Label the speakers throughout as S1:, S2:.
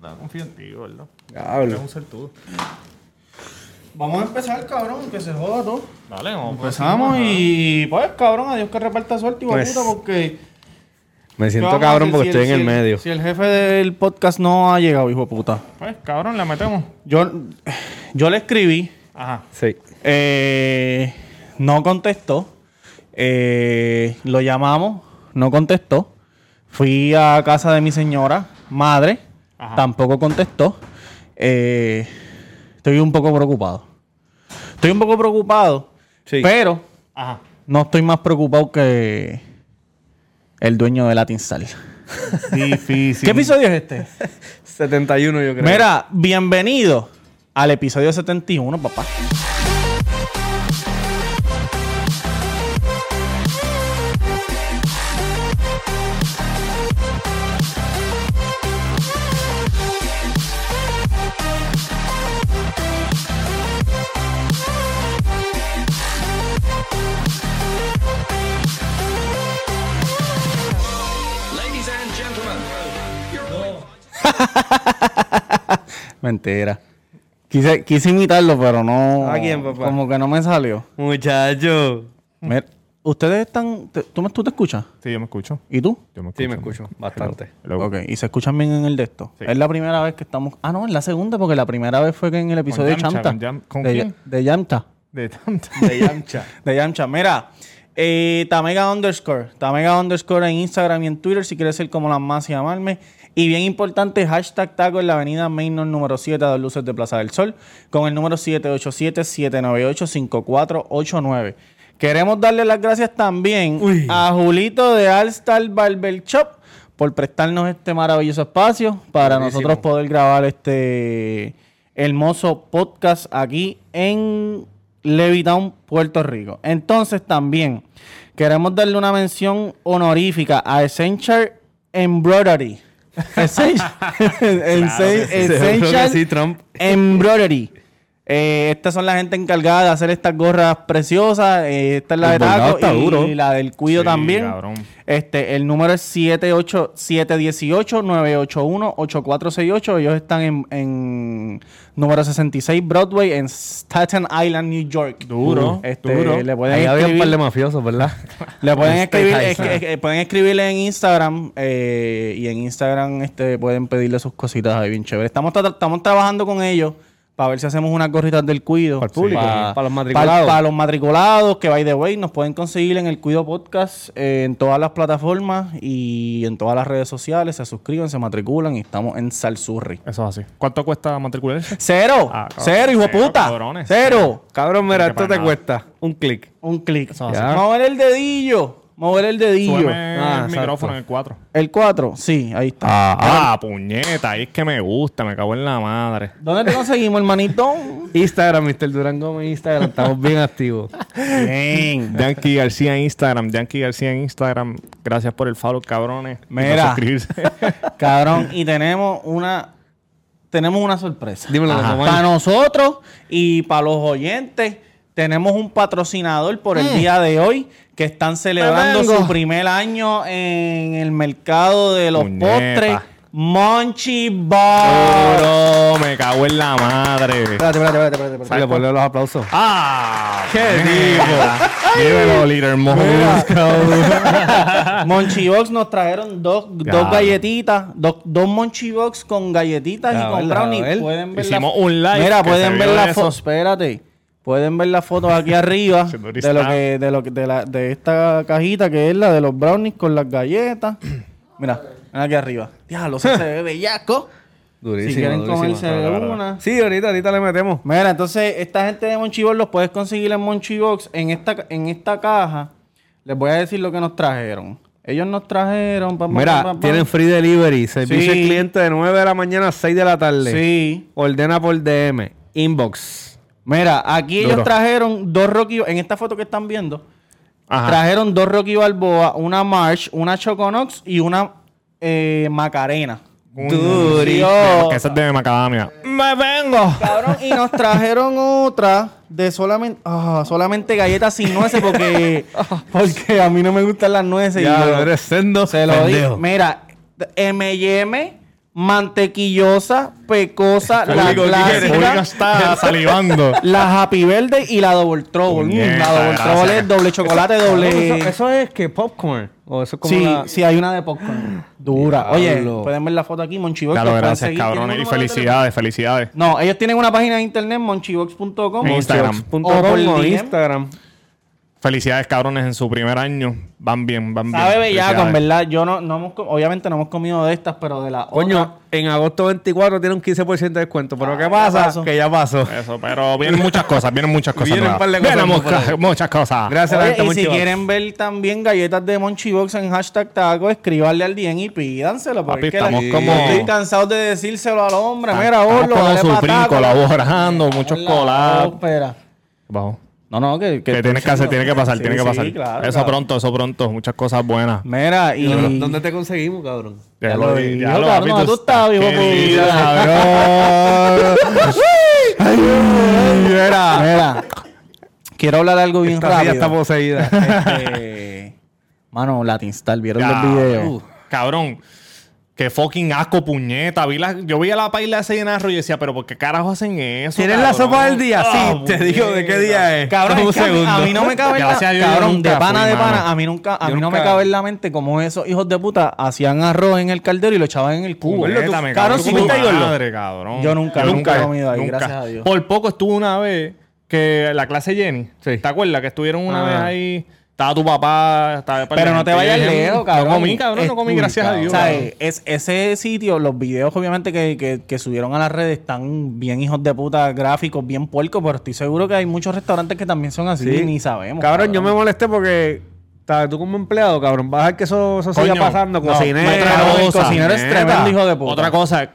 S1: No, confío en ti, gordo. Eres
S2: Diablo.
S1: un sortudo.
S2: Vamos a empezar, cabrón, que se joda todo.
S1: Vale, vamos. por
S2: Empezamos
S1: encima,
S2: y pues, cabrón, adiós que reparta suerte y
S3: Pues,
S2: puta porque.
S3: Me
S2: ¿qué
S3: siento
S2: vamos a
S3: cabrón
S2: hacer
S3: porque
S2: si
S3: estoy en el
S2: si
S3: medio.
S2: Si el jefe del podcast no ha llegado, hijo de puta.
S1: ajá. Pues, cabrón, la metemos.
S2: Yo, yo le escribí,
S1: Ajá.
S3: Sí.
S2: eh, no contestó. eh, lo llamamos, no contestó. Fui a casa de mi señora, madre,
S1: Ajá.
S2: tampoco contestó. Eh, estoy un poco preocupado. Estoy un poco preocupado,
S3: Sí.
S2: pero
S1: Ajá.
S2: no estoy más preocupado que el dueño de Latin Sal.
S1: Difícil.
S2: ¿Qué episodio es este?
S3: 71 yo creo.
S2: Mira, bienvenido al episodio 71, papá. Mentira. Quise, quise imitarlo, pero no.
S3: ¿A quién, papá?
S2: Como que no me salió.
S3: Muchacho.
S2: Mira, ustedes están. te- ¿tú, me- tú te escuchas?
S1: Sí, yo me escucho.
S2: ¿Y tú?
S1: Yo me escucho.
S3: Sí, me escucho. Bastante.
S1: Hello.
S2: Ok, y se escuchan bien en el de esto.
S1: Sí.
S2: Es la primera vez que estamos. Ah, no, es la segunda, porque la primera vez fue que en el episodio
S1: Yamcha,
S2: de Chamta.
S1: con Yam- ¿con
S2: de,
S1: quién?
S2: de Yamcha.
S1: De tanto.
S3: De Yamcha.
S2: De Yamcha. Mira, eh, Tamega underscore. Tamega underscore en Instagram y en Twitter si quieres ser como las más y amarme. Y bien importante, hashtag taco en la avenida Mainor número 7 a dos luces de Plaza del Sol con el número 787-798-5489. Queremos darle las gracias también
S3: Uy.
S2: a Julito de Alstar Barber Shop por prestarnos este maravilloso espacio para
S3: Buenísimo.
S2: nosotros poder grabar este hermoso podcast aquí en Levitown, Puerto Rico. Entonces también queremos darle una mención honorífica a Essential Embroidery. Essential, Essen-
S3: sí. Seguro que sí, Trump.
S2: Embroidery. Eh, estas son la gente encargada de hacer estas gorras preciosas. Eh, esta es la
S3: El
S2: de
S3: bordado
S2: Taco
S3: está
S2: y
S3: duro.
S2: la del Cuido
S1: Sí,
S2: también.
S1: cabrón.
S2: Este, el número es 787-981-8468. Ellos están en, en número 66 Broadway en Staten Island, New York.
S1: Duro,
S2: Este,
S1: duro.
S2: Le pueden
S3: Ahí había un par
S2: escribir,
S3: de mafiosos, ¿verdad? Este,
S2: le pueden
S3: en
S2: escribir,
S3: Staten
S2: es que-
S3: Island.
S2: es que pueden escribirle en Instagram eh, y en Instagram este, pueden pedirle sus cositas ahí bien chévere. Estamos, tra- estamos trabajando con ellos para ver si hacemos unas gorritas del cuido.
S3: Para el público,
S2: Pa-
S3: para los matriculados.
S2: pa- para los matriculados, que by the way, nos pueden conseguir en el Cuido Podcast, eh, en todas las plataformas y en todas las redes sociales. Se suscriben, se matriculan y estamos en Salsurri.
S1: Eso es así. ¿Cuánto cuesta matricularse?
S2: ¡Cero!
S1: Ah, cabrón.
S2: ¡Cero, hijo de
S1: Cero,
S2: puta!
S1: cabrones.
S2: ¡Cero!
S3: Cabrón, mira,
S1: No te
S3: esto te
S1: pagan
S3: cuesta un clic.
S2: Un clic.
S1: Eso es
S3: Ya.
S1: así.
S3: Ah.
S2: Mover el dedillo. Mover el dedillo.
S1: Súbeme
S3: Ah,
S1: el
S3: exacto.
S1: micrófono en el 4.
S2: El 4, sí, ahí está.
S1: Ah, ah, puñeta. Ahí es que me gusta. Me cago en la madre.
S2: ¿Dónde te conseguimos, hermanito?
S3: Instagram, Mr. Durán Gómez, Instagram, estamos bien activos.
S2: Bien.
S1: Yankee García en Instagram. Yankee García en Instagram. Gracias por el follow, cabrones. Y por
S2: Mira.
S1: suscribirse.
S2: Cabrón, y tenemos una tenemos una sorpresa.
S3: Dímelo, José Manuel.
S2: Para nosotros y para los oyentes, tenemos un patrocinador por el día de hoy que están celebrando
S3: Mango.
S2: su primer año en el mercado de los
S1: Puñeta.
S2: postres. Monchi Bar.
S1: Duro, me cago en la madre.
S3: espérate, espérate, espérate, espérate. espérate. Le ponle los aplausos.
S1: ¡Ah!
S3: ¡Qué
S1: tipo! Dímelo, líder hermoso.
S2: Monchi Box nos trajeron dos,
S1: Claro.
S2: dos galletitas, dos, dos Monchi Box con galletitas
S3: Cabrón,
S2: y con brownie.
S3: Raúl.
S2: Pueden ver la
S1: Hicimos un live.
S2: Mira,
S1: que se
S2: pueden ver
S1: vio
S2: la
S1: eso.
S2: foto. Espérate. Pueden ver las fotos aquí arriba
S1: Señorita.
S2: de lo que, de lo que- de la- de esta cajita que es la de los brownies con las galletas. Mira, mira aquí arriba. Diablo, se, se ve bellaco.
S3: Durísimo,
S2: si quieren
S3: durísimo.
S2: comerse una.
S3: Sí, ahorita, ahorita le metemos.
S2: Mira, entonces esta gente de Monchibox los puedes conseguir en Monchibox. En esta, ca- en esta caja les voy a decir lo que nos trajeron. Ellos nos trajeron. pam, pam, pam,
S3: Mira,
S2: pam, pam.
S3: tienen free delivery, servicio
S2: Sí.
S3: al cliente de 9 de la mañana a 6 de la tarde.
S2: Sí.
S3: Ordena por DM, inbox.
S2: Mira, aquí ellos
S3: Duro.
S2: trajeron dos Rocky. En esta foto que están viendo,
S1: Ajá.
S2: trajeron dos Rocky Balboa, una March, una Choconox y una eh, Macarena. Dios.
S1: Que esa es de Macadamia. ¡Me vengo!
S2: Cabrón, y nos trajeron otra de solamente ah, solamente galletas sin nueces porque porque a mí no me gustan las nueces. y
S3: Ya,
S2: yo-
S3: eres sendo.
S2: Te lo
S3: pendejo.
S2: digo. Mira, MM mantequillosa, pecosa, la
S1: Público quiere, público
S2: clásica,
S1: está salivando.
S2: la happy verde y la double trouble. Mm,
S1: Puñeta,
S2: la double
S1: gracias.
S2: trouble es doble chocolate, doble...
S3: Eso, eso es que popcorn. O eso es como
S2: sí,
S3: la-
S2: sí, hay una de popcorn. Dura. Oye,
S3: Diablo.
S2: pueden ver la foto aquí, Monchibox.
S1: Claro,
S2: los pueden
S1: gracias,
S2: seguir.
S1: cabrones.
S2: ¿Tienen
S1: Y
S2: un número de
S1: felicidades, felicidades.
S2: teléfono? No, ellos tienen una página de internet, monchibox.com.
S1: En Instagram.
S3: punto
S2: O por
S3: com o
S2: DM.
S3: Instagram.
S1: Felicidades, cabrones, en su primer año. Van bien, van bien.
S2: Sabe bellaco, en
S1: Felicidades.
S2: verdad. Yo no, no hemos, co- obviamente no hemos comido de estas, pero de la otra.
S3: Coño, en agosto 24 tiene un 15% de descuento. Pero
S2: Ah,
S3: ¿qué
S2: ya
S3: pasa?
S2: pasó.
S3: Que ya pasó.
S1: Eso, pero vienen muchas cosas, vienen muchas cosas.
S3: Vienen un
S1: nuevas.
S3: par de cosas
S1: Vienen
S3: nuevas
S1: muchas-
S3: por ahí.
S1: muchas cosas.
S3: Gracias a la
S2: Oye,
S3: gente
S2: y si
S3: Monchibox.
S2: quieren ver también galletas de Monchibox en hashtag taco, escríbanle al DM y pídanselo. Porque
S1: Papi,
S2: es que la-
S1: estamos
S2: yo
S1: como-
S2: Estoy cansado de decírselo al hombre. Mira,
S1: Estamos
S2: Orlo,
S1: como
S2: dale pa'
S1: Supreme
S2: taco.
S1: colaborando, muchos
S2: La
S1: collabs.
S2: ópera.
S1: Bajo.
S2: No, no, que...
S1: Que tiene que hacer, tiene que pasar,
S2: Sí,
S1: tiene que
S2: sí,
S1: pasar.
S2: claro,
S1: eso
S2: claro.
S1: pronto, eso pronto. Muchas cosas buenas.
S2: Mira, y...
S3: ¿Dónde te conseguimos, cabrón?
S1: Ya
S2: Ya
S1: lo
S2: lo
S1: vi,
S2: dijo,
S1: ya lo
S2: cabrón,
S1: papi,
S2: tú estás vivo,
S1: qué
S2: por
S1: vida,
S2: vida.
S1: cabrón.
S2: Ay, Mira, mira. Quiero hablar de algo bien
S3: Esta silla
S2: rápido.
S3: está poseída.
S2: Este, Mano, Latin Star, ¿vieron
S1: Ya,
S2: los videos?
S1: uh, Cabrón. Qué fucking asco, puñeta. Vi la- yo vi a la paila ese llenar y decía, pero ¿por qué carajo hacen eso?
S3: ¿Tienes la
S1: cabrón?
S3: sopa del día?
S1: Ah,
S3: Sí, te digo de qué día es.
S2: Cabrón,
S3: Dame
S2: es que a mí- a mí no me cabe en la,
S1: Gracias a Dios, yo
S2: cabrón, de
S1: nunca
S2: pana
S1: fui,
S2: de
S1: mano.
S2: pana, a mí nunca, a
S3: Yo
S2: mí no me
S3: nunca-
S2: cabe en la mente cómo esos hijos de puta hacían arroz en el caldero y lo echaban en el cubo.
S1: Puñeta, me
S2: Cabrón,
S1: cago
S2: sí
S1: en tu
S2: viste Yorlo.
S1: madre, cabrón.
S2: Yo nunca, nunca he comido ahí, gracias a Dios.
S1: Por poco estuvo una vez que la clase Jenny,
S3: Sí.
S1: ¿te acuerdas? Que estuvieron una
S3: Ah.
S1: vez ahí, estaba tu papá, estaba par de
S2: Pero no te
S1: gente.
S2: vayas lejos, cabrón.
S1: No comí, cabrón, no comí,
S2: Uy,
S1: gracias a
S2: cabrón.
S1: Dios.
S2: ¿Sabes?
S1: cabrón.
S2: eh, Es, ese sitio, los videos obviamente que, que- que subieron a las redes están bien hijos de puta, gráficos, bien puercos, pero estoy seguro que hay muchos restaurantes que también son así
S3: Sí.
S2: y ni sabemos.
S3: Cabrón, yo me molesté porque ta, tú como empleado, cabrón, vas a dejar que eso, eso siga
S1: Coño,
S3: pasando,
S1: no,
S3: cocinero.
S1: otra
S2: cabrón, el
S1: cosa,
S2: cocinero es
S1: neta.
S2: tremendo hijo de puta.
S1: Otra cosa,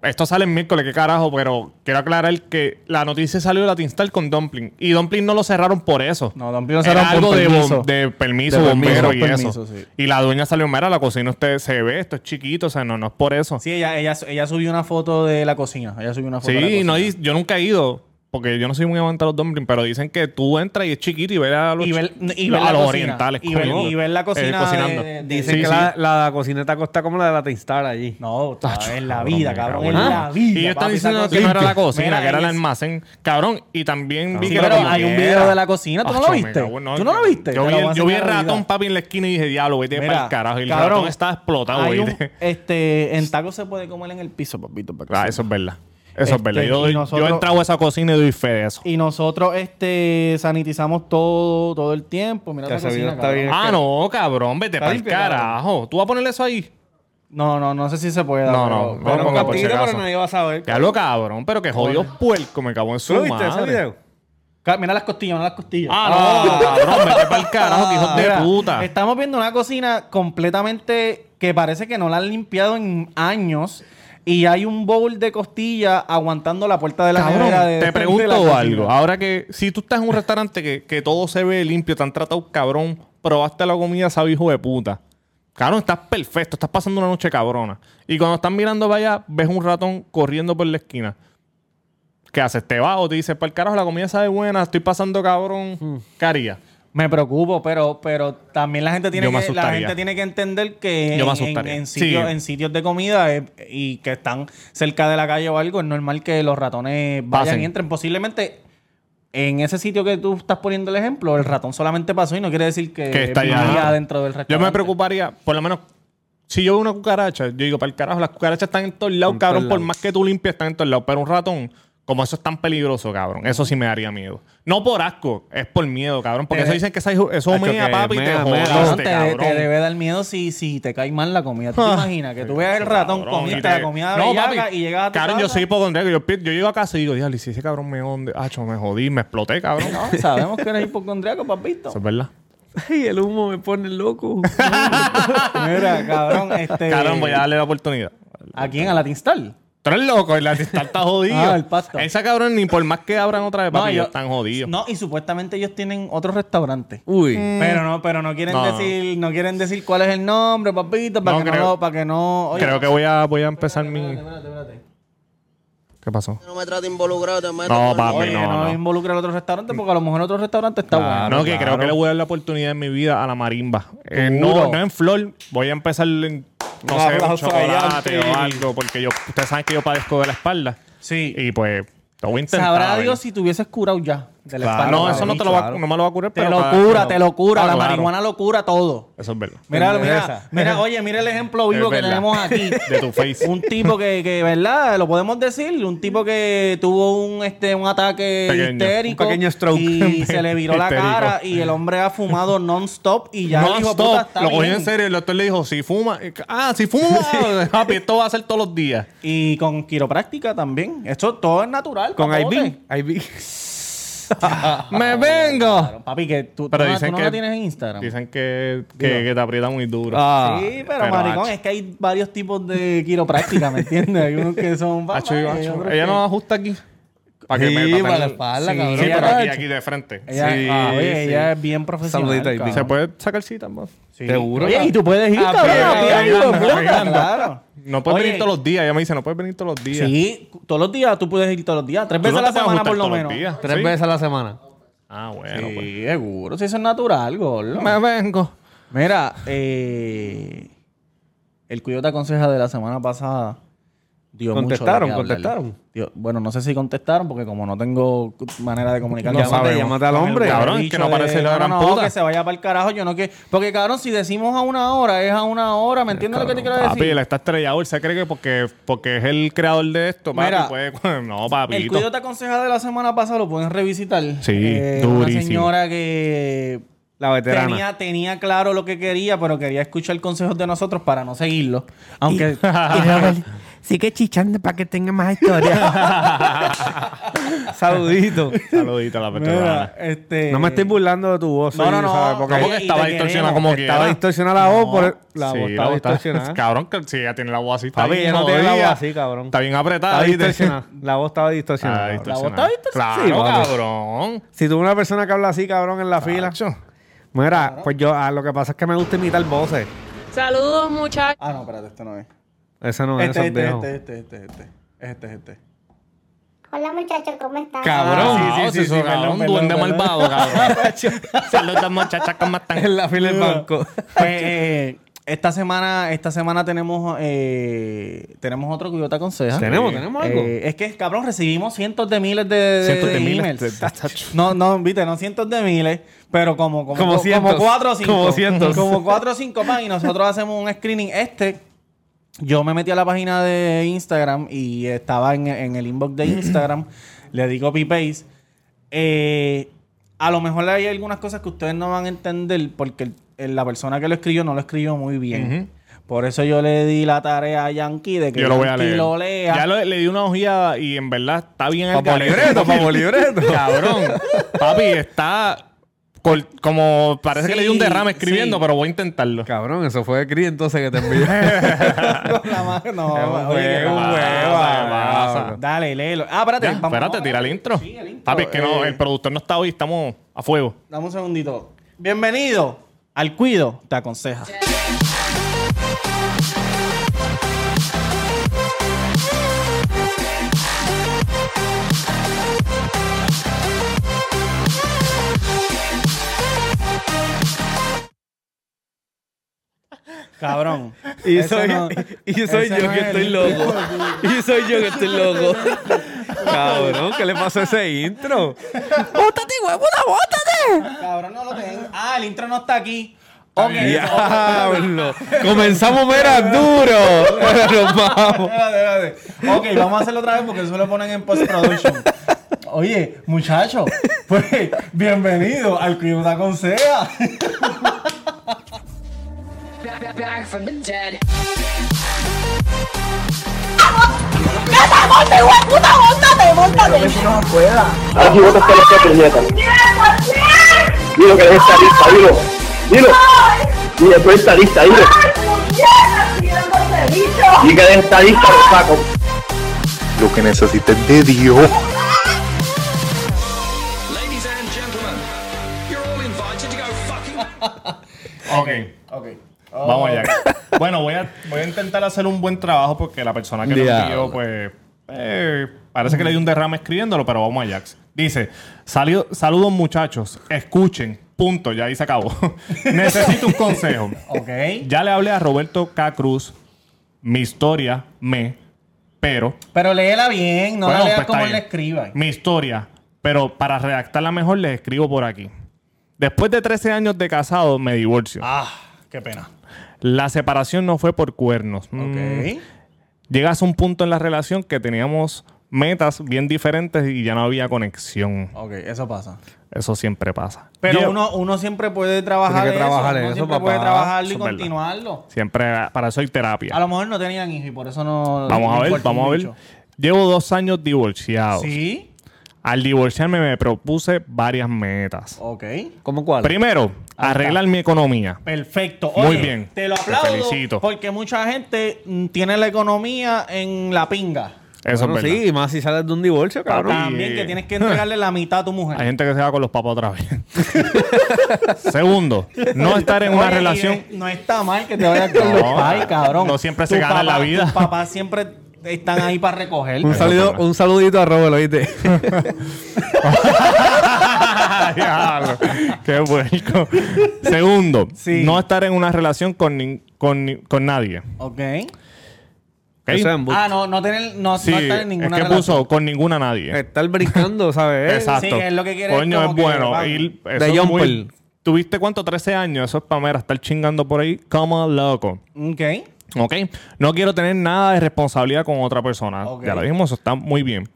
S1: esto sale el miércoles, qué carajo, pero quiero aclarar que la noticia salió de Latin Star con Dumpling. Y Dumpling no lo cerraron por eso.
S2: No, Dumpling lo
S1: Era
S2: cerraron por
S1: algo de
S2: permiso.
S1: bom- De permiso,
S2: De permiso,
S1: bombero y
S2: permiso,
S1: eso.
S2: sí.
S1: Y la dueña salió, mira, la cocina usted se ve, esto es chiquito, o sea, no, no es por eso.
S2: Sí, ella, ella, ella subió una foto de la cocina. Ella subió una foto de la
S1: Sí,
S2: cocina.
S1: no, y yo nunca he ido, porque yo no soy muy amante de los dumplings, pero dicen que tú entras y es chiquito y ves a los,
S2: Y ver-
S1: chi-
S2: y ver
S1: a
S2: la
S1: los
S2: cocina.
S1: orientales.
S2: Y ver-
S1: coño.
S2: y ver la
S1: Eh,
S2: cocina
S1: cocinando.
S2: de- de-
S3: Dicen
S1: Sí,
S3: que
S1: sí.
S3: La, la cocineta costa como la de la Tinstar allí.
S2: No,
S1: Tacho,
S2: en la
S1: cabrón,
S2: vida,
S1: me
S2: cabrón.
S1: cago en
S2: En
S1: la-
S2: la vida.
S1: Y ellos están
S2: papi, esa
S1: diciendo que no
S2: cocina-
S1: era la cocina,
S2: Mira,
S1: que era el
S2: ella-
S1: almacén. Cabrón, y también vi
S2: Sí,
S1: que
S2: pero
S1: era
S2: hay un
S1: cocinera.
S2: video de la cocina, ¿tú no lo
S1: Acho, me
S2: viste?
S1: cago en-
S2: ¿Tú no lo viste?
S1: Yo
S2: Te
S1: vi,
S2: lo voy a
S1: el- yo vi el
S2: enseñar en la
S1: ratón,
S2: vida.
S1: papi, en la esquina y dije, diablo, vete para el carajo. Y el
S2: cabrón,
S1: ratón está explotado,
S2: hay
S1: güey.
S2: un- este, en taco se puede comer en el piso, papito. para que
S1: Ah,
S2: sepa.
S1: eso es verdad. Eso es
S2: Este,
S1: verdad. Yo,
S2: y
S1: yo
S2: nosotros-
S1: he entrado a esa cocina y doy fe de eso.
S2: Y nosotros este, sanitizamos todo, todo el tiempo. Mira
S3: Ya
S2: la
S3: ese
S2: cocina,
S3: video está
S2: cabrón.
S3: bien.
S1: Ah, no, cabrón, vete
S3: Está
S1: para el
S3: limpio, cabrón.
S1: carajo. ¿Tú vas a poner eso ahí?
S2: No, no, no sé si se puede.
S1: No, no,
S2: pero-
S1: no,
S2: pero-
S1: no,
S3: Pero
S1: ponga por si
S3: captito,
S1: acaso.
S3: pero nadie va a saber.
S1: Ya lo cabrón, pero que jodido puerco, me cago en su
S3: ¿Tú lo viste
S1: madre.
S3: ese video?
S2: Ca- Mira las costillas, mira las costillas. Ah,
S1: Ah, no, cabrón, vete para el carajo, que hijos de
S2: Mira,
S1: puta.
S2: Estamos viendo una cocina completamente que parece que no la han limpiado en años y hay un bowl de costilla aguantando la puerta de la
S1: Cabrón,
S2: nevera de- de
S1: te
S2: la
S1: pregunto
S2: cocina.
S1: algo. Ahora que si tú estás en un restaurante que, que todo se ve limpio, te han tratado cabrón, probaste la comida, sabes hijo de puta. Cabrón, estás perfecto, estás pasando una noche cabrona. Y cuando estás mirando para allá, ves un ratón corriendo por la esquina. ¿Qué haces? ¿Te vas o te dices, para el carajo, la comida sabe buena, estoy pasando
S2: Hmm.
S1: cabrón? ¿Qué harías?
S2: Me preocupo, pero, pero también la gente tiene
S1: Yo me
S2: que la
S1: asustaría.
S2: gente tiene que entender que
S1: Yo me
S2: en- en,
S1: asustaría.
S2: en
S1: Sí.
S2: sitios, en sitios de comida eh, y que están cerca de la calle o algo, es normal que los ratones vayan
S1: Pasen.
S2: y entren. Posiblemente en ese sitio que tú estás poniendo el ejemplo, el ratón solamente pasó y no quiere decir que,
S1: que está
S2: vivía
S1: allá
S2: dentro del restaurante.
S1: Yo me preocuparía, por lo menos, si yo veo una cucaracha, yo digo, para el carajo, las cucarachas están en todos lados,
S3: En
S1: cabrón,
S3: todos
S1: por
S3: lados.
S1: más que tú limpies, están en todos lados. Pero un ratón, como eso es tan peligroso, cabrón, eso sí me daría miedo. No por asco, es por miedo, cabrón, porque
S3: Te
S1: eso
S3: de-
S1: dicen que esa hijo- eso
S3: Hacho,
S1: mea,
S3: Eh, que
S1: papi, y te
S3: mea, mea.
S2: Cabrón,
S1: jodiste,
S2: te, de- te
S1: este cabrón. Ah.
S2: debe dar miedo si, si te cae mal la comida. ¿Tú te imaginas que tú veas el ratón
S1: Cabrón, y
S2: comiendo
S1: te-
S2: la comida
S1: No,
S2: bellaca
S1: papi,
S2: y llegas a tu
S1: Cabrón, yo
S2: casa?
S1: soy hipocondríaco. Yo, pi- yo llego a casa y digo, diablo, y si ese cabrón me onde, acho, me jodí, me exploté, cabrón.
S2: No, sabemos que eres hipocondriaco, papito.
S1: Eso es verdad.
S3: Ay, el humo me pone loco.
S2: Mira, cabrón, este...
S1: Cabrón, voy a darle la oportunidad.
S2: ¿A quién? ¿A Latin Star?
S1: Tú eres loco, el artista está jodido.
S2: Ah, el pasto.
S1: Esa cabrón, ni por más que abran otra vez, papi,
S2: No,
S1: ellos
S2: yo-
S1: están jodidos. Mm.
S2: No, y supuestamente ellos tienen otros restaurantes.
S4: Mm,
S3: Uy.
S2: Pero no, pero no quieren
S1: No, no.
S2: decir, no quieren decir cuál es el nombre, papito, para
S1: No,
S2: que
S1: creo-
S2: no, lo- para que no. Oye,
S1: Creo que voy a, voy a empezar mi.
S2: espérate, espérate.
S1: ¿Qué pasó?
S4: No me trate involucrado, te meto.
S1: No,
S4: con-
S1: papi,
S2: Oye,
S1: no,
S2: no,
S1: no.
S2: involucre al otro restaurante porque a lo mejor el otro restaurante está bueno.
S1: no, que creo que le voy a dar la oportunidad en mi vida a la marimba. Eh, no, no en flor. Voy a empezar en no
S2: Un
S1: sé, un
S2: aplauso ahí,
S1: chocolate
S2: Anthony.
S1: o algo, porque yo, ustedes saben que yo padezco de la espalda.
S2: Sí.
S1: Y pues, lo voy a intentar. a
S2: Sabrá
S1: ver.
S2: Dios si te hubieses curado ya de la
S1: Claro,
S2: espalda.
S1: no, eso no, te lo va,
S3: claro.
S1: no me lo va a curar,
S2: Te
S1: pero...
S2: lo
S1: para-
S2: cura,
S1: pero-
S2: te lo cura.
S1: Ah,
S2: la
S1: claro.
S2: marihuana lo cura todo.
S1: Eso es verdad.
S2: Mira, mira,
S3: Pendeja.
S2: mira, oye, mira el ejemplo vivo
S1: Es
S2: que
S1: verdad.
S2: tenemos aquí.
S1: De tu face.
S2: Un tipo que, que, ¿verdad? Lo podemos decir. Un tipo que tuvo un, este, un ataque
S1: Pequeño,
S2: histérico.
S3: un pequeño stroke.
S2: Y se le viró la
S1: Histérico.
S2: cara y el hombre ha fumado non-stop y ya el
S1: no,
S2: hijo
S1: stop.
S2: puta está
S1: lo cogió
S2: bien.
S1: en serio. El doctor le dijo, si fuma... eh, Ah, si fuma, papi, esto va a ser todos los días.
S2: Y con quiropráctica también. Esto todo es natural.
S3: Con
S2: papote. Ah,
S3: IB. IB.
S1: ¡Me vengo!
S2: Claro, Papi, que tú,
S1: Pero
S2: tú no-
S1: dicen
S2: tú no
S1: que-
S2: lo tienes en Instagram.
S1: Dicen que, que, que te aprieta muy duro.
S3: Ah,
S2: sí, pero,
S1: pero,
S2: maricón,
S1: ach.
S2: es que hay varios tipos de quiropráctica, ¿me entiendes? Hay unos que son...
S1: Ah, chico,
S2: papá,
S1: ah,
S2: y
S1: chico.
S2: otros
S1: Ella
S2: que-
S1: no ajusta aquí. Para que
S3: Sí,
S1: me
S3: para la espalda,
S1: sí,
S3: cabrón.
S1: Sí,
S2: Ella
S1: pero
S2: lo ha
S1: aquí,
S2: hecho.
S1: aquí de frente.
S2: Ella,
S1: Sí,
S2: ah, oye,
S1: sí.
S2: ella es bien profesional.
S3: Saludita, Ivy.
S1: Se
S2: cabrón.
S1: puede sacar cita, más.
S2: Sí.
S3: Seguro,
S2: Oye,
S3: cabrón.
S2: y tú puedes ir,
S1: Ah,
S2: cabrón.
S1: pero-
S2: a pie,
S1: pero-
S2: hijo de
S1: pero-
S2: puta,
S1: pero-
S2: claro.
S1: No puedes
S2: Oye,
S1: venir todos los días. Ella me dice, no puedes venir todos los días.
S2: Sí, todos los días tú puedes ir todos los días. Tres
S1: Tú
S2: veces
S1: no
S2: a
S1: te
S2: la
S1: puedes
S2: semana por
S1: ajustar
S2: lo
S1: todos los
S2: menos.
S1: días.
S3: Tres
S1: Sí.
S3: veces a la semana.
S1: Ah, bueno. pues.
S2: Sí, seguro. Si eso es natural, gordo.
S1: Me vengo.
S2: Mira, eh, el Cuyo te aconseja de la semana pasada. dio mucho de qué
S3: Contestaron,
S2: hablar.
S3: contestaron.
S2: Dio- bueno, no sé si contestaron porque como no tengo manera de comunicarme.
S3: No sabemos. Llámate al hombre.
S1: Cabrón, es que no aparece la gran puta.
S2: que se vaya para el carajo. Yo no que... Porque, cabrón, si decimos a una hora, es a una hora. ¿Me entiendes lo que te quiero decir?
S1: Papi, él está estrellado. Él se cree que porque, porque es el creador de esto, papi,
S2: Mira,
S1: puede- No,
S2: El
S1: papito.
S2: cuido te aconseja de la semana pasada lo pueden revisitar. Eh,
S1: Sí,
S2: Una
S1: durísimo.
S2: señora que
S3: La veterana.
S2: tenía, tenía claro lo que quería, pero quería escuchar consejos de nosotros para no seguirlo. Aunque.
S4: Sigue chichando para que tenga más historia.
S3: Saludito.
S1: Saludito a la
S2: Mira,
S1: petrolana.
S2: este.
S3: No me estoy burlando de tu voz.
S2: No,
S3: sí,
S2: no, no.
S1: No,
S3: ¿sabes?
S1: porque
S2: y te
S1: estaba
S2: queremos,
S1: distorsionada como que
S3: Estaba distorsionada la voz por el- La voz
S1: sí,
S3: estaba
S1: la voz
S3: distorsionada.
S1: está... Cabrón, que si ella tiene la voz así, está
S3: Papi,
S1: bien
S3: ella no tiene la voz
S1: jodida.
S3: así, cabrón.
S1: Está bien apretada.
S3: Estaba
S1: ¿viste?
S3: distorsionada. La voz estaba distorsionada.
S1: Está
S3: cabrón.
S2: voz
S1: distorsionada.
S2: está distorsionada.
S1: Claro,
S3: Sí, papi.
S1: cabrón.
S3: Si tuve una persona que habla así, cabrón, en la fila. Mira, pues yo ah, lo que pasa es que me gusta imitar voces.
S5: Saludos, muchachos.
S2: Ah, no, espérate, este no es.
S3: Ese no es ese
S2: Este,
S3: es
S2: este,
S3: viejo.
S2: este, este, este, este. Este, este.
S6: Hola muchachos, ¿cómo están?
S1: Cabrón,
S3: Ah, sí, sí,
S1: sí, sí,
S3: sí, perdón,
S1: cabrón,
S3: perdón,
S1: duende
S3: perdón.
S1: malvado, cabrón. Saludos, muchachas, ¿cómo están?
S3: En la fila del banco.
S2: Pues, eh, esta semana, esta semana tenemos, eh, tenemos otro que yo te aconseja.
S3: Tenemos, tenemos algo.
S2: Ah, Eh, es que, cabrón, recibimos cientos de miles de, de-
S1: Cientos de
S2: de
S1: miles.
S2: emails. No, no, viste, no cientos de miles, pero como, como,
S3: Como
S2: como,
S3: cientos.
S2: cuatro o cinco.
S3: Como cientos.
S2: Como cuatro o cinco más. Y nosotros hacemos un screening. Este, yo me metí a la página de Instagram y estaba en, en el inbox de Instagram. le di copy paste. Eh, a lo mejor hay algunas cosas que ustedes no van a entender porque el- el- la persona que lo escribió no lo escribió muy bien. Por eso yo le di la tarea a Yankee de que
S1: Yo lo voy a
S2: Yankee
S1: leer.
S2: lo lea.
S1: Ya lo- le di una ojeada y en verdad está bien al
S3: Papo
S1: garete.
S3: libreto, papo libreto.
S1: Cabrón. Papi, está col- como parece que
S2: Sí,
S1: le di un derrame escribiendo,
S2: sí.
S1: pero voy a intentarlo.
S3: Cabrón, eso fue de Cris entonces que te envié.
S2: Con la mano. No,
S3: Es un
S2: oye,
S3: juego,
S2: ¿qué
S1: huevo,
S2: pasa?
S1: ¿qué pasa?
S2: Cabrón. Dale, léelo. Ah, espérate.
S1: Ya,
S2: vamos-
S1: espérate,
S2: no,
S1: tira el intro.
S2: Sí, el intro,
S1: Papi, es que no,
S2: eh.
S1: el productor no está hoy, estamos a fuego.
S2: Dame un segundito. Bienvenido al Cuido Te Aconseja. Cabrón.
S3: y
S2: Ese
S3: soy,
S2: no-
S3: y soy
S2: ese
S3: yo
S2: no
S3: que
S2: es
S3: estoy
S2: el-
S3: loco. y soy yo que estoy loco. Cabrón, ¿qué le pasó a ese intro?
S4: ¡Bótate, huevona, bótate!
S2: Cabrón, no lo tengo. Ah, el intro no está aquí. Ok.
S3: Diablo. Comenzamos mera duro. Pero nos vamos.
S2: Espérate, espérate. Ok, vamos a hacerlo otra vez porque eso lo ponen en post-production. Oye, muchacho, pues bienvenido al Club de Aconseja.
S7: back, back from the dead.
S8: Aquí vos estás loca, puñeta. Dilo que eres estadista, dilo. Dilo. Dilo, tú eres estadista, dilo. Y que eres estadista, lo saco.
S9: lo que necesiten de Dios.
S1: Ok.
S2: Ok.
S1: Vamos allá. bueno, voy a, voy a intentar hacer un buen trabajo porque la persona que lo envió, pues. eh, parece que le dio un derrame escribiéndolo, pero vamos allá. Dice: "Salió- Saludos, muchachos. Escuchen. Punto. Ya ahí se acabó. Necesito un consejo.
S2: Ok.
S1: Ya le hablé a Roberto K. Cruz mi historia me, pero.
S2: Pero léela bien, no
S1: Bueno,
S2: la leas
S1: pues, está
S2: como él
S1: bien.
S2: la escriba.
S1: Mi historia, pero para redactarla mejor les escribo por aquí. Después de 13 años de casado, me divorcio.
S2: Ah, qué pena.
S1: La separación no fue por cuernos.
S2: Ok.
S1: Mm, Llegas a un punto en la relación que teníamos metas bien diferentes y ya no había conexión.
S2: Ok, eso pasa.
S1: Eso siempre pasa.
S2: Pero
S1: Yo-
S2: uno, uno siempre puede trabajar
S3: Tiene que trabajar
S2: eso. Uno
S3: eso,
S2: siempre
S3: papá.
S2: puede trabajarlo y
S1: Eso es verdad.
S2: continuarlo.
S1: Siempre para eso hay terapia.
S2: A lo mejor no tenían hijos y por eso no.
S1: Vamos
S2: no
S1: a ver,
S2: importa
S1: vamos a ver.
S2: mucho.
S1: Llevo dos años divorciado.
S2: Sí.
S1: Al divorciarme me propuse varias metas.
S2: Ok.
S3: ¿Cómo cuál?
S1: Primero, arreglar mi economía.
S2: Perfecto.
S1: Muy
S2: Oye,
S1: bien.
S2: Te lo
S1: Te
S2: aplaudo.
S1: felicito.
S2: porque mucha gente mm, tiene la economía en la pinga.
S1: Eso
S3: Bueno,
S1: es verdad.
S3: sí, y más si sales de un divorcio, cabrón.
S2: También que tienes que entregarle la mitad a tu mujer.
S1: Hay gente que se va con los papás otra vez. Segundo, no estar en una
S2: Oye, y
S1: relación.
S2: es- no está mal que te vayas con
S1: No,
S2: los pais, cabrón.
S1: no siempre se
S2: Tus
S1: gana la
S2: papás-
S1: vida.
S2: Tus papás siempre están ahí para recoger.
S3: Un, saludo, un saludito a Robert, ¿oíste?
S1: Diablo, Qué puerco. Segundo,
S2: Sí.
S1: no estar en una relación con, nin- con, ni- con nadie.
S2: ok.
S1: ¿Ok?
S3: Eso es embuste.
S2: Ah, no, no tener, no,
S1: Sí,
S2: no estar en
S1: es
S2: ninguna
S1: que
S2: relación.
S1: puso con ninguna nadie.
S3: ah, Estar brincando, ¿sabes?
S1: Exacto.
S2: sí, es lo que quiere,
S1: Coño,
S2: como
S1: es
S2: que,
S1: bueno.
S2: vamos.
S1: ir-
S3: De
S1: eso es
S3: jumper.
S1: muy- ¿Tuviste cuánto? 13 años. Eso es para mera, estar chingando por ahí como loco.
S2: Ok.
S1: ¿Ok? No quiero tener nada de responsabilidad con otra persona.
S2: Ok.
S1: Ya lo dijimos, eso está muy bien.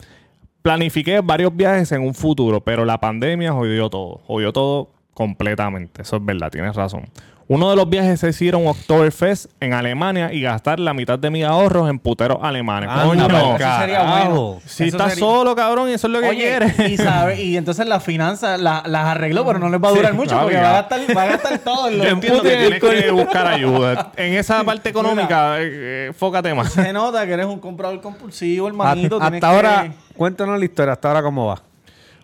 S1: Planifiqué varios viajes en un futuro, pero la pandemia jodió todo. Jodió todo completamente. Eso es verdad, tienes razón. Uno de los viajes se hicieron Oktoberfest en Alemania y gastar la mitad de mis ahorros en puteros alemanes.
S3: Anda,
S1: Coño,
S3: pa'l
S2: Ah, Eso sería
S3: carajo.
S2: bueno.
S1: si
S2: Eso
S1: estás
S2: sería-
S1: solo, cabrón, y eso es lo que
S2: Oye,
S1: quieres.
S2: y, sabe- y entonces las finanzas la- las arregló, pero no les va a durar
S1: Sí,
S2: mucho
S1: no,
S2: porque
S1: ya.
S2: va a gastar, va a gastar todo en
S1: Yo
S2: los
S1: entiendo que
S2: putos
S1: tienes que
S2: bitcoins.
S1: buscar ayuda. En esa parte económica, eh, eh, fócate más.
S2: Se nota que eres un comprador compulsivo,
S3: Hasta-
S2: hermanito.
S3: hasta
S2: tienes que-
S3: ahora, cuéntanos la historia, hasta ahora cómo va.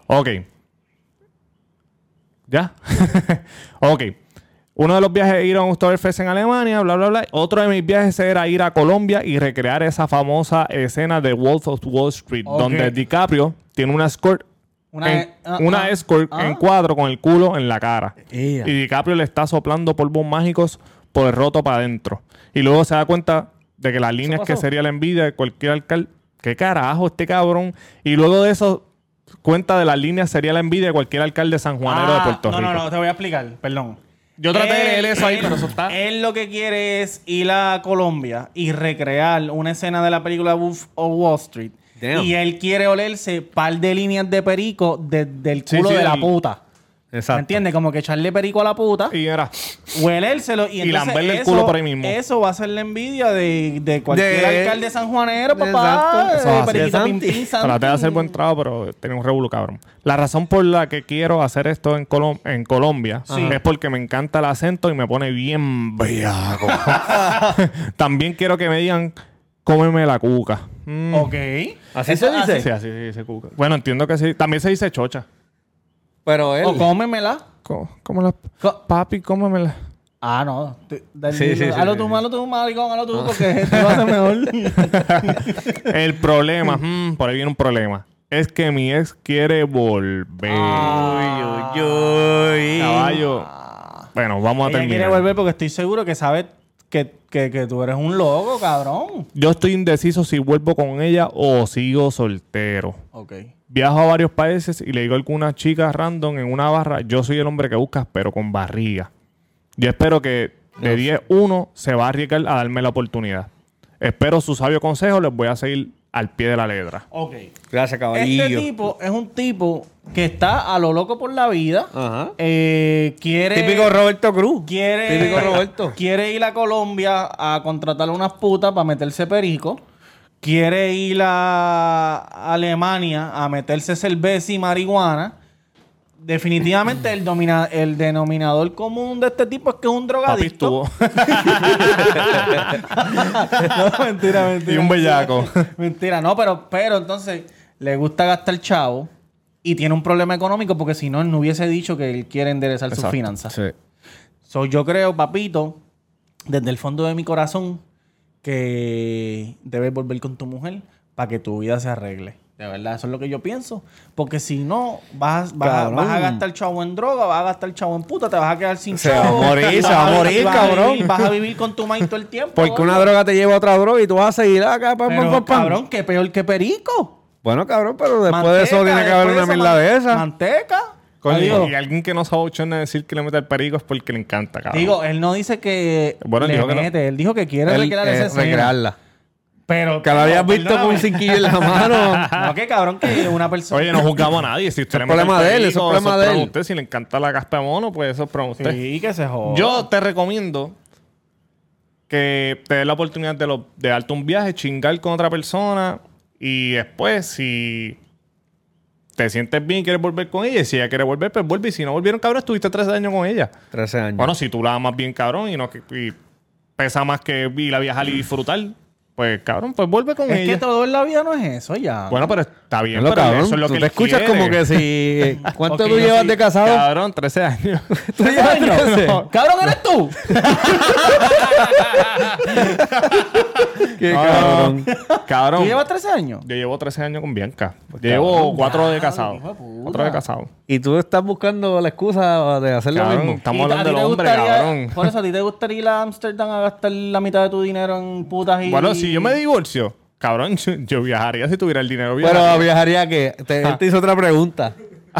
S1: Ok. ¿Ya? ok. Uno de los viajes ir a un Oktoberfest en Alemania, bla, bla, bla. Otro de mis viajes era ir a Colombia y recrear esa famosa escena de Wolf of Wall Street,
S2: Ok.
S1: donde DiCaprio tiene una escort,
S2: Una-
S1: en,
S2: ah,
S1: una
S2: ah,
S1: escort
S2: ah.
S1: en cuadro con el culo en la cara. Y DiCaprio le está soplando polvos mágicos por el roto para adentro. Y luego se da cuenta de que las líneas que sería la envidia de cualquier alcalde. ¿Qué carajo este cabrón? Y luego de eso, cuenta de las líneas sería la envidia de cualquier alcalde sanjuanero de
S2: Ah,
S1: Puerto
S2: no,
S1: Rico.
S2: No, no, te voy a explicar, perdón.
S1: Yo traté de leer eso ahí, pero eso está-
S2: Él lo que quiere es ir a Colombia y recrear una escena de la película Wolf of Wall Street.
S3: Damn.
S2: Y él quiere olerse par de líneas de perico desde el
S1: Sí,
S2: culo
S1: sí,
S2: de la
S1: del-
S2: puta. ¿Me
S3: Exacto.
S2: entiendes? Como que echarle perico a la puta.
S1: Y era.
S2: huelérselo y, entonces
S1: lamberle el
S2: eso-
S1: culo por ahí mismo.
S2: Eso va a ser la envidia de, de cualquier
S3: De-
S2: alcalde sanjuanero, papá. eh,
S3: Exacto. Eso va a ser
S2: periquito,
S3: Santi.
S2: pim, pim, Santi.
S1: Traté de hacer buen trabajo, pero tenía un revuelo cabrón. La razón por la que quiero hacer esto en, Colom- en Colombia es porque me encanta el acento y me pone bien bellaco. También quiero que me digan, cómeme la cuca. Mm.
S2: Ok.
S3: ¿Así
S2: Eso
S3: se dice?
S2: hace-
S1: Sí, así se dice cuca. Bueno, entiendo que sí. También se dice chocha.
S3: Pero él.
S2: O cómemela.
S1: Co- cómela.
S2: Co-
S1: Papi, cómemela.
S2: Ah, no. Te- dale,
S3: Sí, sí,
S2: dilo.
S3: sí,
S2: Hazlo
S3: sí,
S2: tú,
S3: sí.
S2: hazlo tú, maricón, hazlo tú, porque tú lo haces mejor.
S1: El problema, mm, por ahí viene un problema. Es que mi ex quiere volver.
S3: Uy, uy, uy.
S1: Caballo. Bueno, vamos a
S2: Ella quiere
S1: terminar.
S2: volver porque estoy seguro que sabe que, que, que tú eres un loco, cabrón.
S1: Yo estoy indeciso si vuelvo con ella o sigo soltero.
S2: Ok.
S1: Viajo a varios países y le digo a alguna chica random en una barra, yo soy el hombre que buscas, pero con barriga. Yo espero que de 10-1 se va a arriesgar a darme la oportunidad. Espero su sabio consejo, les voy a seguir al pie de la letra.
S2: Ok.
S3: Gracias, caballillo.
S2: Este tipo es un tipo que está a lo loco por la vida.
S3: Ajá.
S2: Eh, quiere...
S3: Típico Roberto Cruz.
S2: Quiere,
S3: Típico Roberto.
S2: quiere ir a Colombia a contratar unas putas para meterse perico. Quiere ir a Alemania a meterse cerveza y marihuana. Definitivamente el, domina- el denominador común de este tipo es que es un
S1: Papi
S2: drogadicto.
S1: estuvo.
S2: no, mentira, mentira.
S1: Y un bellaco.
S2: mentira, no, pero, pero entonces le gusta gastar chavo y tiene un problema económico porque si no, él no hubiese dicho que él quiere enderezar sus
S1: Exacto.
S2: finanzas.
S3: Sí.
S2: So, yo creo, papito, desde el fondo de mi corazón, que debes volver con tu mujer para que tu vida se arregle. De verdad, eso es lo que yo pienso. Porque si no, vas, vas, a-
S3: Cabrón.
S2: vas a gastar chavo en droga, vas a gastar chavo en puta, te vas a quedar sin
S3: Se
S2: chavo.
S3: va a morir, se
S2: Vas
S3: va a
S2: vi-
S3: morir,
S2: vas a
S3: cabrón.
S2: vivir- vas a vivir con tu mind todo el tiempo.
S3: Porque una droga te lleva a otra droga y tú vas a seguir acá, pam, pam,
S2: Pero,
S3: pam, pam.
S2: cabrón, qué peor que perico.
S3: Bueno, cabrón, pero después de
S2: Manteca,
S3: eso tiene que
S2: después
S3: haber una
S2: eso,
S3: mierda
S2: man-
S3: de esa.
S2: Manteca.
S1: Coño,
S2: Digo,
S1: y alguien que no sabe bochorno decir que le mete al perico es porque le encanta, cabrón.
S2: digo, él no dice que
S1: Bueno, él
S2: le
S1: dijo que no.
S2: mete, él dijo que quiere
S3: Él,
S2: recrear
S3: eh,
S2: esa escena.
S3: recrearla.
S2: Pero
S3: Que lo habías visto con un
S2: perdóname.
S3: cinquillo en la mano.
S2: No, que cabrón que una persona
S1: Ah. Oye, no juzgamos a nadie. Si usted le
S3: Es
S1: mete al
S3: problema de él, eso es problema de
S1: problema
S3: él.
S1: usted. Si le encanta la caspa de mono, pues eso es problema de usted.
S2: Sí, que se joda.
S1: Yo te recomiendo que te des la oportunidad de, lo- de darte un viaje, chingar con otra persona y después, si te sientes bien y quieres volver con ella, y si ella quiere volver, pues vuelve. Y si no volvieron, cabrón, estuviste tres años con ella.
S3: 13 años.
S1: Bueno, si tú la amas bien, cabrón, y, no, que- y pesa más que ir a viajar y disfrutar, pues, cabrón, pues vuelve con
S2: es
S1: ella.
S2: que todo en la vida no es eso ya.
S1: Bueno, pero está bien,
S3: Bueno,
S1: pero
S3: cabrón,
S1: eso es lo
S3: tú
S1: que
S3: te
S1: él
S3: escuchas
S1: quiere.
S3: como que si... eh, ¿Cuánto
S2: Ok,
S3: tú
S2: yo
S3: llevas
S2: soy-
S3: de casado?
S1: Cabrón, 13 años.
S3: ¿Tú llevas 13?
S2: Cabrón, cabrón, eres tú.
S3: Qué
S1: No,
S3: cabrón.
S1: cabrón.
S2: ¿Tú llevas 13 años?
S1: Yo llevo 13 años con Bianca. Yo llevo 4 de casado.
S2: hijo de puta.
S1: 4 de casado.
S3: Y tú estás buscando la excusa de hacer lo
S1: Cabrón,
S3: mismo.
S1: estamos
S2: ¿Y a
S1: hablando
S2: ti
S1: del
S2: te
S1: hombre,
S2: gustaría-
S1: cabrón.
S2: Por eso, ¿a ti te gustaría ir a Amsterdam a gastar la mitad de tu dinero en putas y...
S1: Bueno, si yo me divorcio, cabrón, yo, yo viajaría si tuviera el dinero. viajaría.
S3: Pero viajaría que... Te, él te hizo otra pregunta.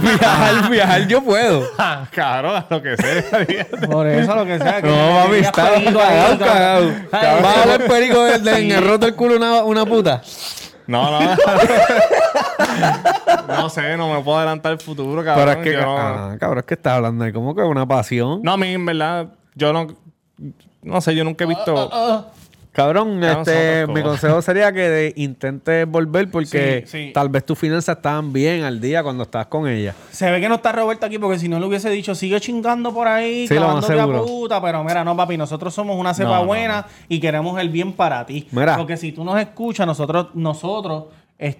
S3: viajar, viajar yo puedo.
S1: Ah, cabrón, a lo que sea.
S2: Por eso, lo que sea. que
S3: No,
S2: te
S3: mami,
S2: querías
S3: está
S2: pedir
S3: cagado,
S2: algo,
S3: cagado.
S2: cabrón. Ay,
S3: ¿Vas a ver perico del- del- en el roto el culo una, una puta?
S1: no, no. no sé, no me puedo adelantar el futuro, cabrón.
S3: Pero es que...
S1: yo no-
S3: ah, cabrón, es que estás hablando de como que una pasión.
S1: no, a mí, en verdad, yo no... No sé, yo nunca he visto...
S3: Ah, Cabrón,
S1: Cabrón,
S3: este,
S1: son otras
S3: mi
S1: cosas.
S3: consejo sería que de- intentes volver porque
S2: Sí, sí.
S3: tal vez tus finanzas estaban bien al día cuando estabas con ella.
S2: Se ve que no está Roberto aquí porque si no le hubiese dicho, sigue chingando por ahí,
S3: Sí, lo más
S2: clavándote a
S3: seguro.
S2: puta, pero mira, no, papi, nosotros somos una cepa buena y queremos el bien para ti.
S3: Mira.
S2: Porque si tú nos escuchas, nosotros, nosotros,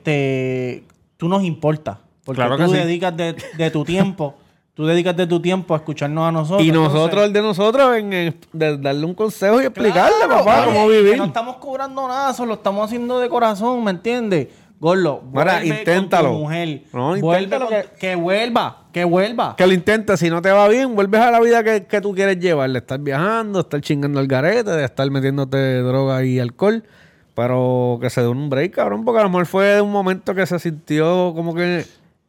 S2: este, tú nos importas. Porque
S1: Claro que
S2: tú
S1: sí.
S2: dedicas de, de tu tiempo, tú dedicas de tu tiempo a escucharnos a nosotros.
S3: Y nosotros, el de nosotros, en, en- de darle un consejo y explicarle, papá, cómo vivir.
S2: No estamos cobrando nada, eso lo estamos haciendo de corazón, ¿me entiendes? Gorlo,
S3: Mira,
S2: vuelve con tu
S3: inténtalo.
S2: mujer.
S3: No,
S2: Vuelve
S3: inténtalo
S2: con-
S3: que-
S2: que vuelva, que vuelva.
S3: Que lo intentes, si no te va bien, vuelves a la vida que, que tú quieres llevar, de estar viajando, estar chingando al garete, de estar metiéndote droga y alcohol. Pero que se dé un break, cabrón, porque a lo mejor fue un momento que se sintió como que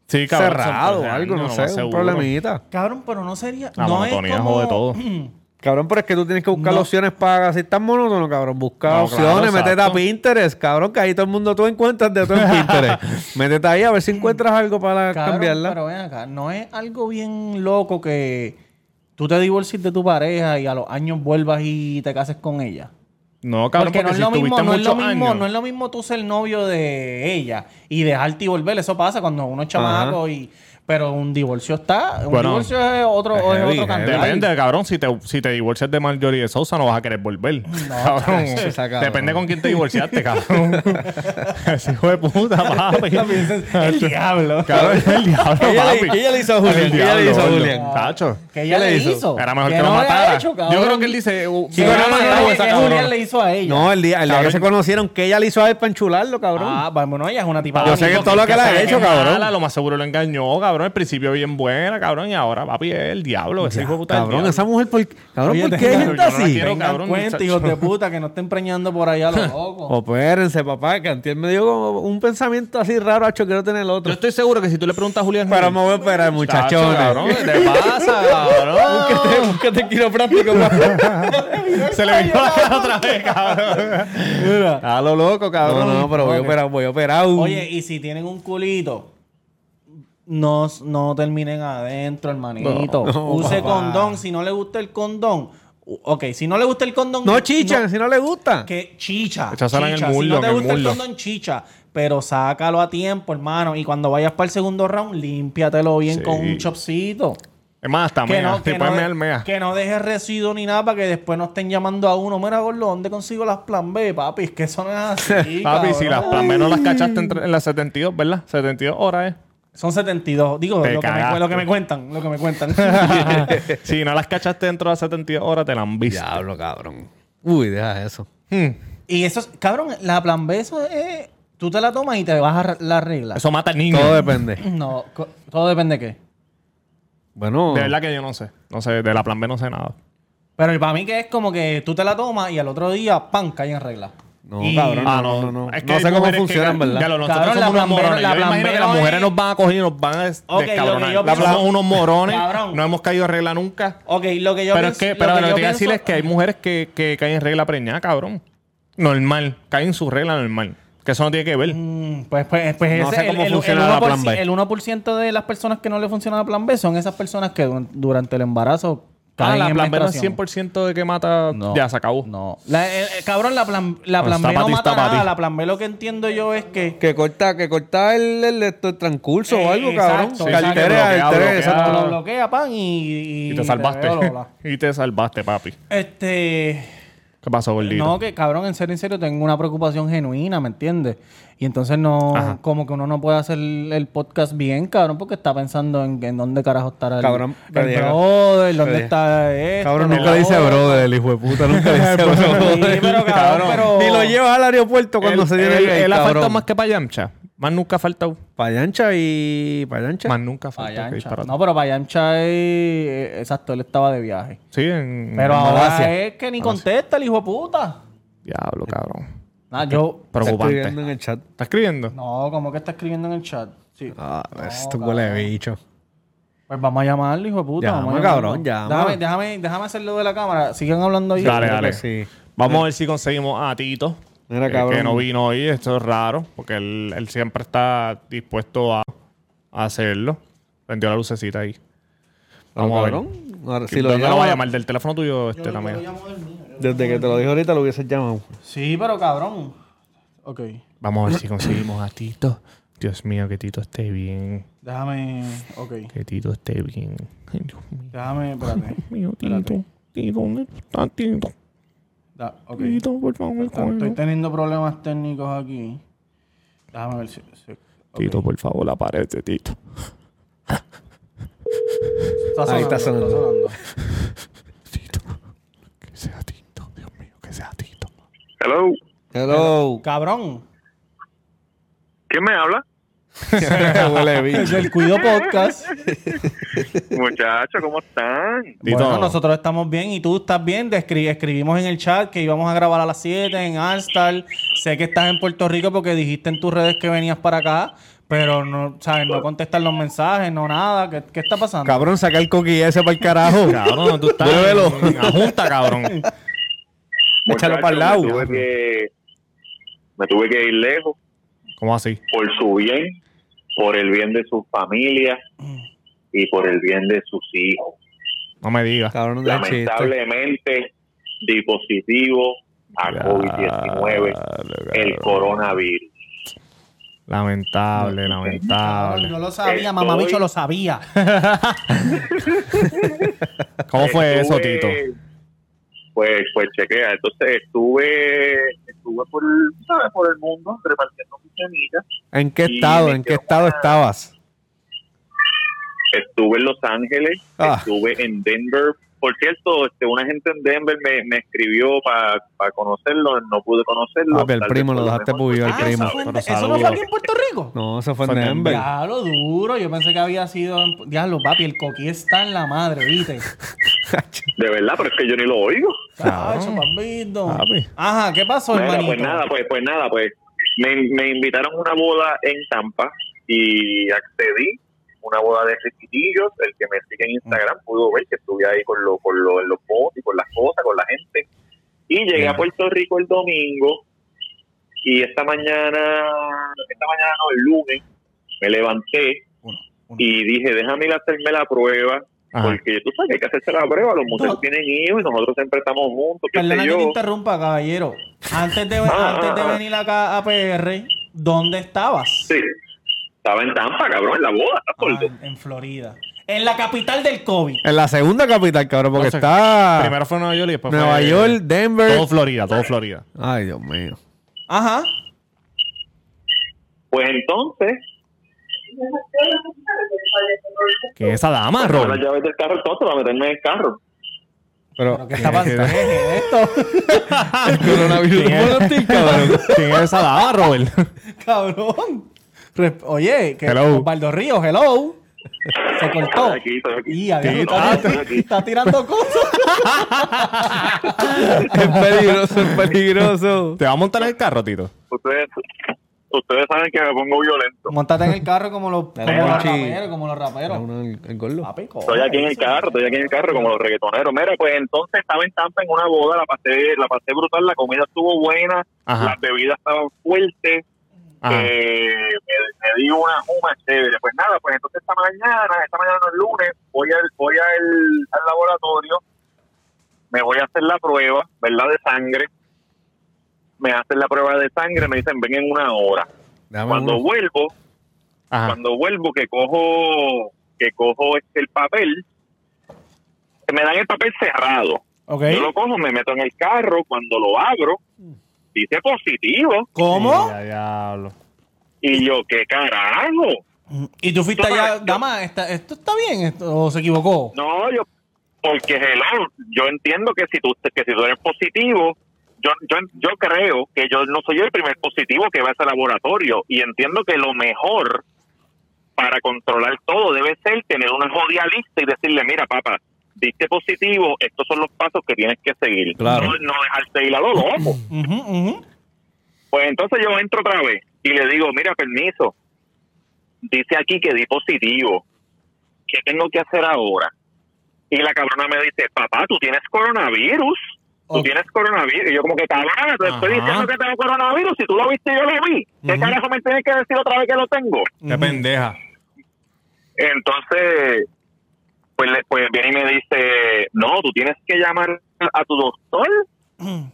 S1: Sí, cabrón. son
S3: cerrado o
S1: 13
S3: algo, no
S1: años,
S3: sé,
S1: más
S3: un
S1: seguro.
S3: problemita.
S2: Cabrón, pero no sería.
S1: La
S2: no
S1: monotonía
S2: es como...
S1: jode todo.
S3: Cabrón, pero es que tú tienes que buscar
S2: No.
S3: opciones para si estás monótono, cabrón. Busca
S1: No,
S3: opciones,
S1: claro,
S3: métete a
S1: exacto.
S3: Pinterest, cabrón, que ahí todo el mundo tú encuentras de todo en Pinterest. métete ahí a ver si encuentras algo para
S2: Cabrón,
S3: cambiarla.
S2: Pero ven acá, no es algo bien loco que tú te divorcies de tu pareja y a los años vuelvas y te cases con ella.
S1: No, cabrón, porque,
S2: porque no es
S1: si
S2: lo mismo,
S1: tuviste
S2: no es lo
S1: muchos
S2: mismo,
S1: años...
S2: no es lo mismo tú ser novio de ella y dejarte y volver. Eso pasa cuando uno es chamaco y. Pero un divorcio está. Un
S1: Bueno,
S2: divorcio es otro,
S3: es
S2: es
S3: heavy,
S2: otro
S3: heavy.
S2: cantar.
S1: Depende, cabrón. Si te, si te divorcias de Marjorie de Sousa, no vas a querer volver. cabrón.
S3: chacho, esa cabrón.
S1: Depende con quién te divorciaste, cabrón. Ese hijo de puta, papi.
S2: El diablo.
S1: Cabrón, es el diablo,
S3: ¿Qué ella le-
S1: papi.
S3: qué ella le hizo a Julián?
S1: El
S3: ¿Qué ella le hizo a
S1: diablo,
S3: Julián?
S1: gordo. Tacho.
S2: Que ella
S3: ¿Qué
S2: le
S3: le
S2: hizo.
S3: hizo?
S1: Era mejor que,
S2: no
S1: lo
S2: le ha
S1: matara.
S2: hecho,
S1: Yo
S2: cabrón.
S1: creo que él dice... uh,
S2: Que
S1: que
S2: no
S1: no
S2: le-
S1: mataron a
S2: que
S1: esa
S2: Julián
S1: cabrona.
S2: le hizo a ella.
S3: No, el día, el día que
S1: Cabrón.
S3: se conocieron, que ella le hizo a él para enchularlo, cabrón.
S2: Ah, bueno, ella es una tipa.
S3: Yo sé que
S2: bonita.
S3: todo lo que le ha
S1: sabe
S3: hecho,
S1: es mala,
S3: cabrón.
S1: Lo más seguro lo engañó, cabrón. Al principio bien buena, cabrón. Y ahora, papi, es el diablo. Ese hijo de puta es el
S3: Cabrón,
S1: diablo.
S3: esa mujer, por, cabrón,
S2: Oye,
S3: ¿por qué
S1: yo
S3: hay
S2: tenga-
S3: gente
S1: no la
S3: así?
S1: quiero,
S2: Tengan
S1: cabrón,
S2: cuenta,
S1: muchacho.
S2: hijos de puta, que no estén preñando por allá a los locos.
S3: Opérense, papá, que antier me dio como un pensamiento así raro, acho, quiero tener el
S1: Yo
S3: otro.
S1: estoy seguro que si tú le preguntas a Julián...
S3: Pero me voy a esperar,
S1: Muchachos, cabrón, ¿qué
S3: muchachones.
S1: te pasa, cabrón?
S3: Búscate, búscate quiropráctico, papá.
S1: Se le vino la cara otra vez, cabrón. A lo loco,
S3: No, no, pero voy a operar, voy a operar.
S2: Oye, y si tienen un culito, no, no terminen adentro, hermanito. Use condón. Si no le gusta el condón, u- ok, si no le gusta el condón.
S3: no chichan si no le gusta.
S2: Que chicha.
S1: Échasela en el
S2: chicha. si
S1: muslo,
S2: no te
S1: en el
S2: gusta el
S1: muslo.
S2: condón, chicha. Pero sácalo a tiempo, hermano. Y cuando vayas para el segundo round, límpiatelo bien
S1: Sí.
S2: con un chopcito.
S1: Es más, hasta
S2: que
S1: mea.
S2: no,
S1: si
S2: que,
S1: Ah, puedes mear,
S2: no,
S1: mea.
S2: que no dejes residuo ni nada para que después no estén llamando a uno. Mira, gordo, ¿dónde consigo las plan B, papi? Es que eso no es así.
S1: Papi, si
S2: cabrón.
S1: las plan B no las cachaste entre- en las 72, ¿verdad? 72 horas, ¿eh?
S2: Son 72. Digo,
S1: Te
S2: lo que, me,
S1: cagaste.
S2: lo que me cuentan. Lo que me cuentan.
S1: si no las cachaste dentro de las 72 horas, te las han visto.
S3: Diablo, cabrón. Uy, deja eso.
S1: Hmm.
S2: y eso es, cabrón, la plan B, eso es. Tú Tú te la tomas y te vas a ra- la regla.
S1: Eso mata al niño.
S3: Todo depende.
S2: No, co- todo depende de qué.
S3: Bueno,
S1: De verdad que yo no sé. No sé, de la plan B no sé nada.
S2: Pero para mí que es como que tú te la tomas y al otro día, pan, cae en regla.
S3: no,
S1: Y-
S3: cabrón, no,
S1: Ah,
S3: no, no, no.
S1: Es que
S3: No
S1: hay
S3: sé cómo
S1: mujeres que-
S3: funciona, en
S1: Ya lo,
S3: verdad.
S1: nosotros
S2: Cabrón, la
S1: somos unos
S2: plan B-
S1: morones.
S2: la
S1: Yo
S2: plan
S1: imagino
S2: B
S1: que las
S2: no
S1: mujeres
S2: es-
S1: nos van a coger y nos van a des-
S2: Ok, lo que
S1: descabronar.
S2: yo pienso-
S1: Somos unos morones.
S2: Cabrón.
S1: No hemos caído en regla nunca.
S2: Ok, lo que yo
S1: pero es
S2: pienso-
S1: que, pero lo que
S2: yo
S1: te quiero decir
S2: pienso-
S1: es que hay mujeres que, que caen en regla preñada, cabrón. Normal. Caen en su regla normal. Que eso no tiene que ver.
S2: Mm, Pues, pues, pues
S3: No
S2: ese-
S3: sé cómo
S2: el, el- el
S3: funciona la
S2: 1%,
S3: plan B.
S2: el 1% de las personas que no le funciona la plan B son esas personas que dur- durante el embarazo caen
S1: Ah, la
S2: en
S1: plan B no es
S2: menstruación.
S1: 100% de que mata.
S2: No.
S1: ya, se acabó.
S2: No. La- el- el- cabrón, la plan, la
S1: No,
S2: plan
S1: está
S2: B
S1: pa'
S2: no
S1: ti,
S2: mata
S1: está pa'
S2: nada.
S1: ti.
S2: La plan B lo que entiendo yo es que...
S3: Que corta, que corta el, el, esto, el transcurso o
S2: Eh,
S3: algo,
S2: exacto,
S3: cabrón.
S2: exacto.
S3: Que altere,
S1: Bloquea,
S3: altere,
S1: bloquea.
S3: exacto.
S2: Lo bloquea, pan, y...
S1: Y te salvaste.
S2: veo, Lola.
S1: y te salvaste, papi.
S2: Este...
S1: ¿Qué pasó, gordito?
S2: No, que cabrón, en serio, en serio, tengo una preocupación genuina, ¿me entiendes? Y entonces no,
S1: Ajá.
S2: como que uno no puede hacer el, el podcast bien, cabrón, porque está pensando en, en dónde carajo estará el,
S3: Cabrón,
S2: el
S3: te digo.
S2: brother, dónde
S3: digo.
S2: está esto.
S3: Cabrón,
S2: lo
S3: nunca le dice
S2: otro.
S3: brother, el hijo de puta. Nunca le dice
S2: Sí,
S3: brother.
S2: pero cabrón, pero-
S3: Pues, Ni lo llevas al aeropuerto cuando
S1: él,
S3: se tiene
S1: él-
S3: que ir,
S1: él ha
S3: cabrón.
S1: faltado más que Payamcha. Más nunca ha faltado.
S3: Payancha y... Payancha.
S1: Más nunca ha faltado. que
S2: Payancha.
S1: disparate.
S2: No, pero Payancha es... eh, Exacto, él estaba de viaje.
S1: Sí, en.
S2: Pero
S1: en
S2: ahora
S1: Malasia.
S2: es que ni contesta el hijo de puta.
S1: Diablo, cabrón.
S2: Nah,
S3: Ah,
S2: yo...
S3: Está
S1: Preocupante.
S3: escribiendo en el chat.
S1: ¿Está escribiendo?
S2: No, como que está escribiendo en el chat. Sí.
S3: Ah, esto huele de bicho.
S2: Pues vamos a llamarle, hijo de puta.
S3: Llama,
S2: vamos a llamarlo.
S3: cabrón, llama.
S2: Déjame, déjame, déjame hacerlo de la cámara. Sigan hablando ahí.
S1: Dale,
S3: creo
S1: dale.
S3: que sí.
S1: Vamos a ver si conseguimos a Tito.
S3: Mira,
S1: eh,
S3: cabrón.
S1: Que no vino hoy. Esto es raro. Porque él, él siempre está dispuesto a, a hacerlo. Prendió la lucecita ahí. Vamos a ver.
S3: Cabrón, ahora,
S1: Si lo,
S3: llama-
S1: va a llamar del teléfono tuyo, este también.
S3: Desde que te lo dije ahorita lo hubieses llamado.
S2: Sí, pero cabrón. Ok.
S1: Vamos a ver si conseguimos a Tito. Dios mío, que Tito esté bien.
S2: Déjame. Ok.
S1: Que Tito esté bien. Ay, Dios mío.
S2: Déjame, espérate.
S1: mío, Tito. Tito, ¿dónde está Tito?
S2: Da- ok.
S1: Tito, por favor,
S2: Estoy- Estoy
S1: cógelo.
S2: teniendo problemas técnicos aquí. Déjame ver si. si- ok.
S1: Tito, por favor, aparece, Tito.
S3: Ahí está sonando.
S1: Tito. Que sea Tito, Dios mío, que sea Tito.
S8: Hello,
S3: Hello.
S2: Cabrón.
S8: ¿quién me habla?
S3: huele de
S2: Es
S3: bicho.
S2: el Cuido Podcast.
S8: Muchachos, ¿cómo están?
S1: Tito,
S2: Bueno, nosotros estamos bien y tú estás bien. Descri- escribimos en el chat que íbamos a grabar a las 7 en Alstar. Sé que estás en Puerto Rico porque dijiste en tus redes que venías para acá, pero no, ¿sabes? No contestan los mensajes, no nada. ¿Qué, qué está pasando?
S3: Cabrón, saca el coquilla ese para el carajo.
S1: cabrón, tú estás.
S3: Muévelo.
S1: en la junta, cabrón.
S3: Échalo
S8: Muchachos,
S3: para el lado.
S8: Me tuve, que, me tuve que ir lejos
S1: ¿Cómo así?
S8: por su bien, por el bien de su familia y por el bien de sus hijos.
S1: No me digas.
S3: Cabrón, de chiste.
S8: Lamentablemente, dispositivo a COVID-19,
S1: Diablo,
S8: el coronavirus.
S1: Lamentable,
S2: Cabrón,
S1: lamentable.
S2: yo lo sabía, mamabicho, lo sabía.
S1: ¿Cómo fue eso,
S8: Estuve-
S1: Tito?
S8: Pues, pues chequea, entonces estuve, estuve por, ¿sabes? por el mundo repartiendo mis semillas.
S3: ¿En qué
S8: Y
S3: estado?
S8: me
S3: ¿En qué
S8: quedó
S3: estado
S8: una-
S3: estabas?
S8: Estuve en Los Ángeles,
S3: Ah.
S8: estuve en Denver. Por cierto, este, una gente en Denver me, me escribió para conocerlo, no pude conocerlo.
S3: Papi, Ah, el
S8: Tal vez
S3: primo, lo
S8: por
S3: dejaste
S8: mejor.
S3: pullido, el
S2: Ah,
S3: primo.
S2: ¿eso, fue en-
S1: pero
S2: eso no
S1: saludos.
S2: fue aquí en Puerto Rico?
S3: No, eso fue en
S1: Fue en Denver.
S3: Denver.
S2: Diablo, duro. Yo pensé que había sido. en- Diablo, papi, el coquí está en la madre, ¿viste?
S8: De verdad, pero es que yo ni lo oigo.
S2: Cacho, papito.
S1: Papi.
S2: Ajá, ¿qué pasó,
S8: Mira,
S2: hermanito?
S8: pues nada, pues, pues nada, pues me, me invitaron a una boda en Tampa y accedí. Una boda de chiquitillos, el que me sigue en Instagram pudo ver que estuve ahí con, lo, con lo, en los posts y con las cosas, con la gente. Y llegué a Puerto Rico el domingo y esta mañana, esta mañana no, el lunes, me levanté
S2: Uno, uno.
S8: y dije, déjame ir a hacerme la prueba.
S1: Ajá.
S8: Porque tú sabes que hay que hacerse la prueba, los muchachos
S2: Todo-
S8: tienen hijos y nosotros siempre estamos juntos, qué
S2: Perdona
S8: sé
S2: que te
S8: yo.
S2: interrumpa, caballero. Antes de,
S8: Ah,
S2: antes de
S8: ah, ah.
S2: venir acá a PR, ¿dónde estabas?
S8: Sí. Estaba en Tampa, cabrón, en la boda. estás
S2: Ah,
S8: por-
S2: en, en Florida. En la capital del COVID.
S3: En la segunda capital, cabrón, porque
S1: No sé.
S3: está
S1: Primero fue Nueva York y después
S8: pues,
S3: Nueva
S1: fue-
S3: York, Denver.
S1: Todo Florida, todo Florida.
S3: Ay, Dios mío.
S2: Ajá.
S8: Pues entonces,
S1: ¿Quién es esa dama,
S8: a las
S1: Robert?
S8: llaves del carro entonces para meterme en el carro.
S3: Pero,
S2: ¿Qué está pasando? ¿Qué es esto?
S3: el coronavirus
S1: ¿Quién
S3: no lo
S1: es,
S3: tiene, cabrón.
S1: ¿Quién es esa dama, Robert?
S2: Cabrón. Resp- Oye, que
S1: Hello.
S2: Osvaldo Ríos, hello. Se cortó.
S8: Estoy aquí, estoy aquí. Ah,
S2: Y había
S1: Sí,
S2: está,
S8: estoy aquí.
S2: está tirando cosas.
S3: Es peligroso, es peligroso.
S1: ¿Te va a montar en el carro, Tito?
S8: Ustedes, ustedes saben que me pongo violento.
S2: Montate en el carro como los, como
S3: Dale,
S2: los
S3: Monchi.
S2: raperos, como los raperos.
S3: El, el gordo.
S2: Papi, coño.
S8: Estoy aquí en el carro, estoy aquí en el carro como los reggaetoneros. Mira, pues entonces estaba en Tampa en una boda, la pasé, la pasé brutal, la comida estuvo buena,
S1: Ajá.
S8: las bebidas estaban fuertes,
S1: Ajá.
S8: eh, me, me di una juma chévere. Pues nada, pues entonces esta mañana, esta mañana no es lunes, voy al, voy al, al laboratorio, me voy a hacer la prueba, ¿verdad? De sangre. Me hacen la prueba de sangre, me dicen, ven en una hora.
S1: Ah,
S3: Dame
S8: Cuando
S3: uno.
S8: vuelvo,
S1: Ajá.
S8: cuando vuelvo que cojo que cojo este, el papel que me dan el papel cerrado
S2: Ok.
S8: yo lo cojo me meto en el carro cuando lo abro dice positivo
S2: ¿Cómo?
S1: Ya, diablo.
S8: y yo qué carajo
S2: Y tú fuiste
S8: Yo-
S2: allá,
S8: yo-
S2: dama, esta- esto está bien, esto, o se equivocó.
S8: no yo porque hello yo entiendo que si tú que si tú eres positivo yo, yo, yo creo que yo no soy el primer positivo que va a ese laboratorio y entiendo que lo mejor para controlar todo debe ser tener una jodida lista y decirle, mira, papá, diste positivo, estos son los pasos que tienes que seguir.
S3: Claro.
S8: No, no dejarte ir a lo loco.
S2: Ujú, ujú.
S8: Pues entonces yo entro otra vez y le digo, mira, permiso, dice aquí que di positivo, ¿qué tengo que hacer ahora? Y la cabrona me dice, papá, tú tienes coronavirus, tú
S2: Ok.
S8: tienes coronavirus. Y yo como que, cabrona, te estoy
S1: Ajá.
S8: diciendo que tengo coronavirus, si tú lo viste, yo lo vi. ¿Qué carajo me tienes que decir otra vez que lo tengo?
S1: Qué pendeja.
S8: Entonces, pues, le- pues viene y me dice, no, tú tienes que llamar a tu doctor
S2: Mm.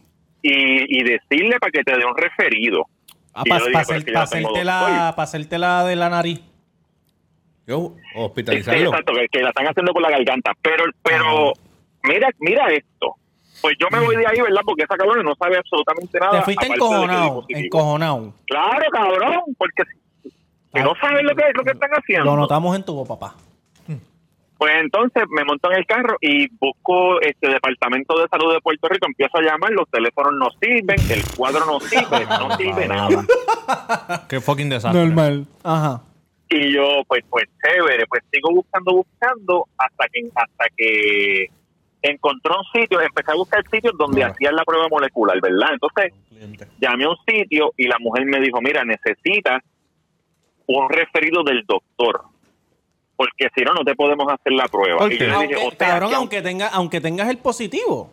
S8: y, y decirle para que te dé un referido.
S2: Ah,
S8: Y yo
S2: para
S8: digo, pero es que yo no tengo
S2: hacerte,
S8: doctor.
S2: la, pa' hacerte la de la nariz.
S3: Yo,
S8: Sí,
S3: hospitalizarlo.
S8: exacto, que, que la están haciendo con la garganta. Pero, pero mira, mira esto. Pues yo me voy de ahí, ¿verdad? Porque esa cabrona no sabe absolutamente nada.
S2: Te fuiste
S8: Ah, aparte de que
S2: encojonado,
S8: di positivo.
S2: encojonado.
S8: Claro, cabrón, porque si- si
S2: Ah,
S8: no saben lo que, lo que están haciendo.
S2: Lo notamos en tu voz, papá.
S8: Pues entonces me monto en el carro y busco este departamento de salud de Puerto Rico, empiezo a llamar, los teléfonos no sirven, el cuadro no sirve, no sirve nada.
S1: Qué fucking desastre.
S2: Ajá.
S8: Y yo, pues, pues chévere, pues sigo buscando, buscando, hasta que, hasta que encontré un sitio, empecé a buscar sitios donde hacían la prueba molecular, ¿verdad? Entonces, llamé a un sitio y la mujer me dijo, mira, necesitas un referido del doctor, porque si no, no te podemos hacer la prueba.
S1: ¿Por
S8: Y
S1: qué?
S8: yo le dije,
S2: Aunque-
S8: o sea,
S2: cabrón,
S8: que
S2: aunque, tenga, aunque tengas el positivo.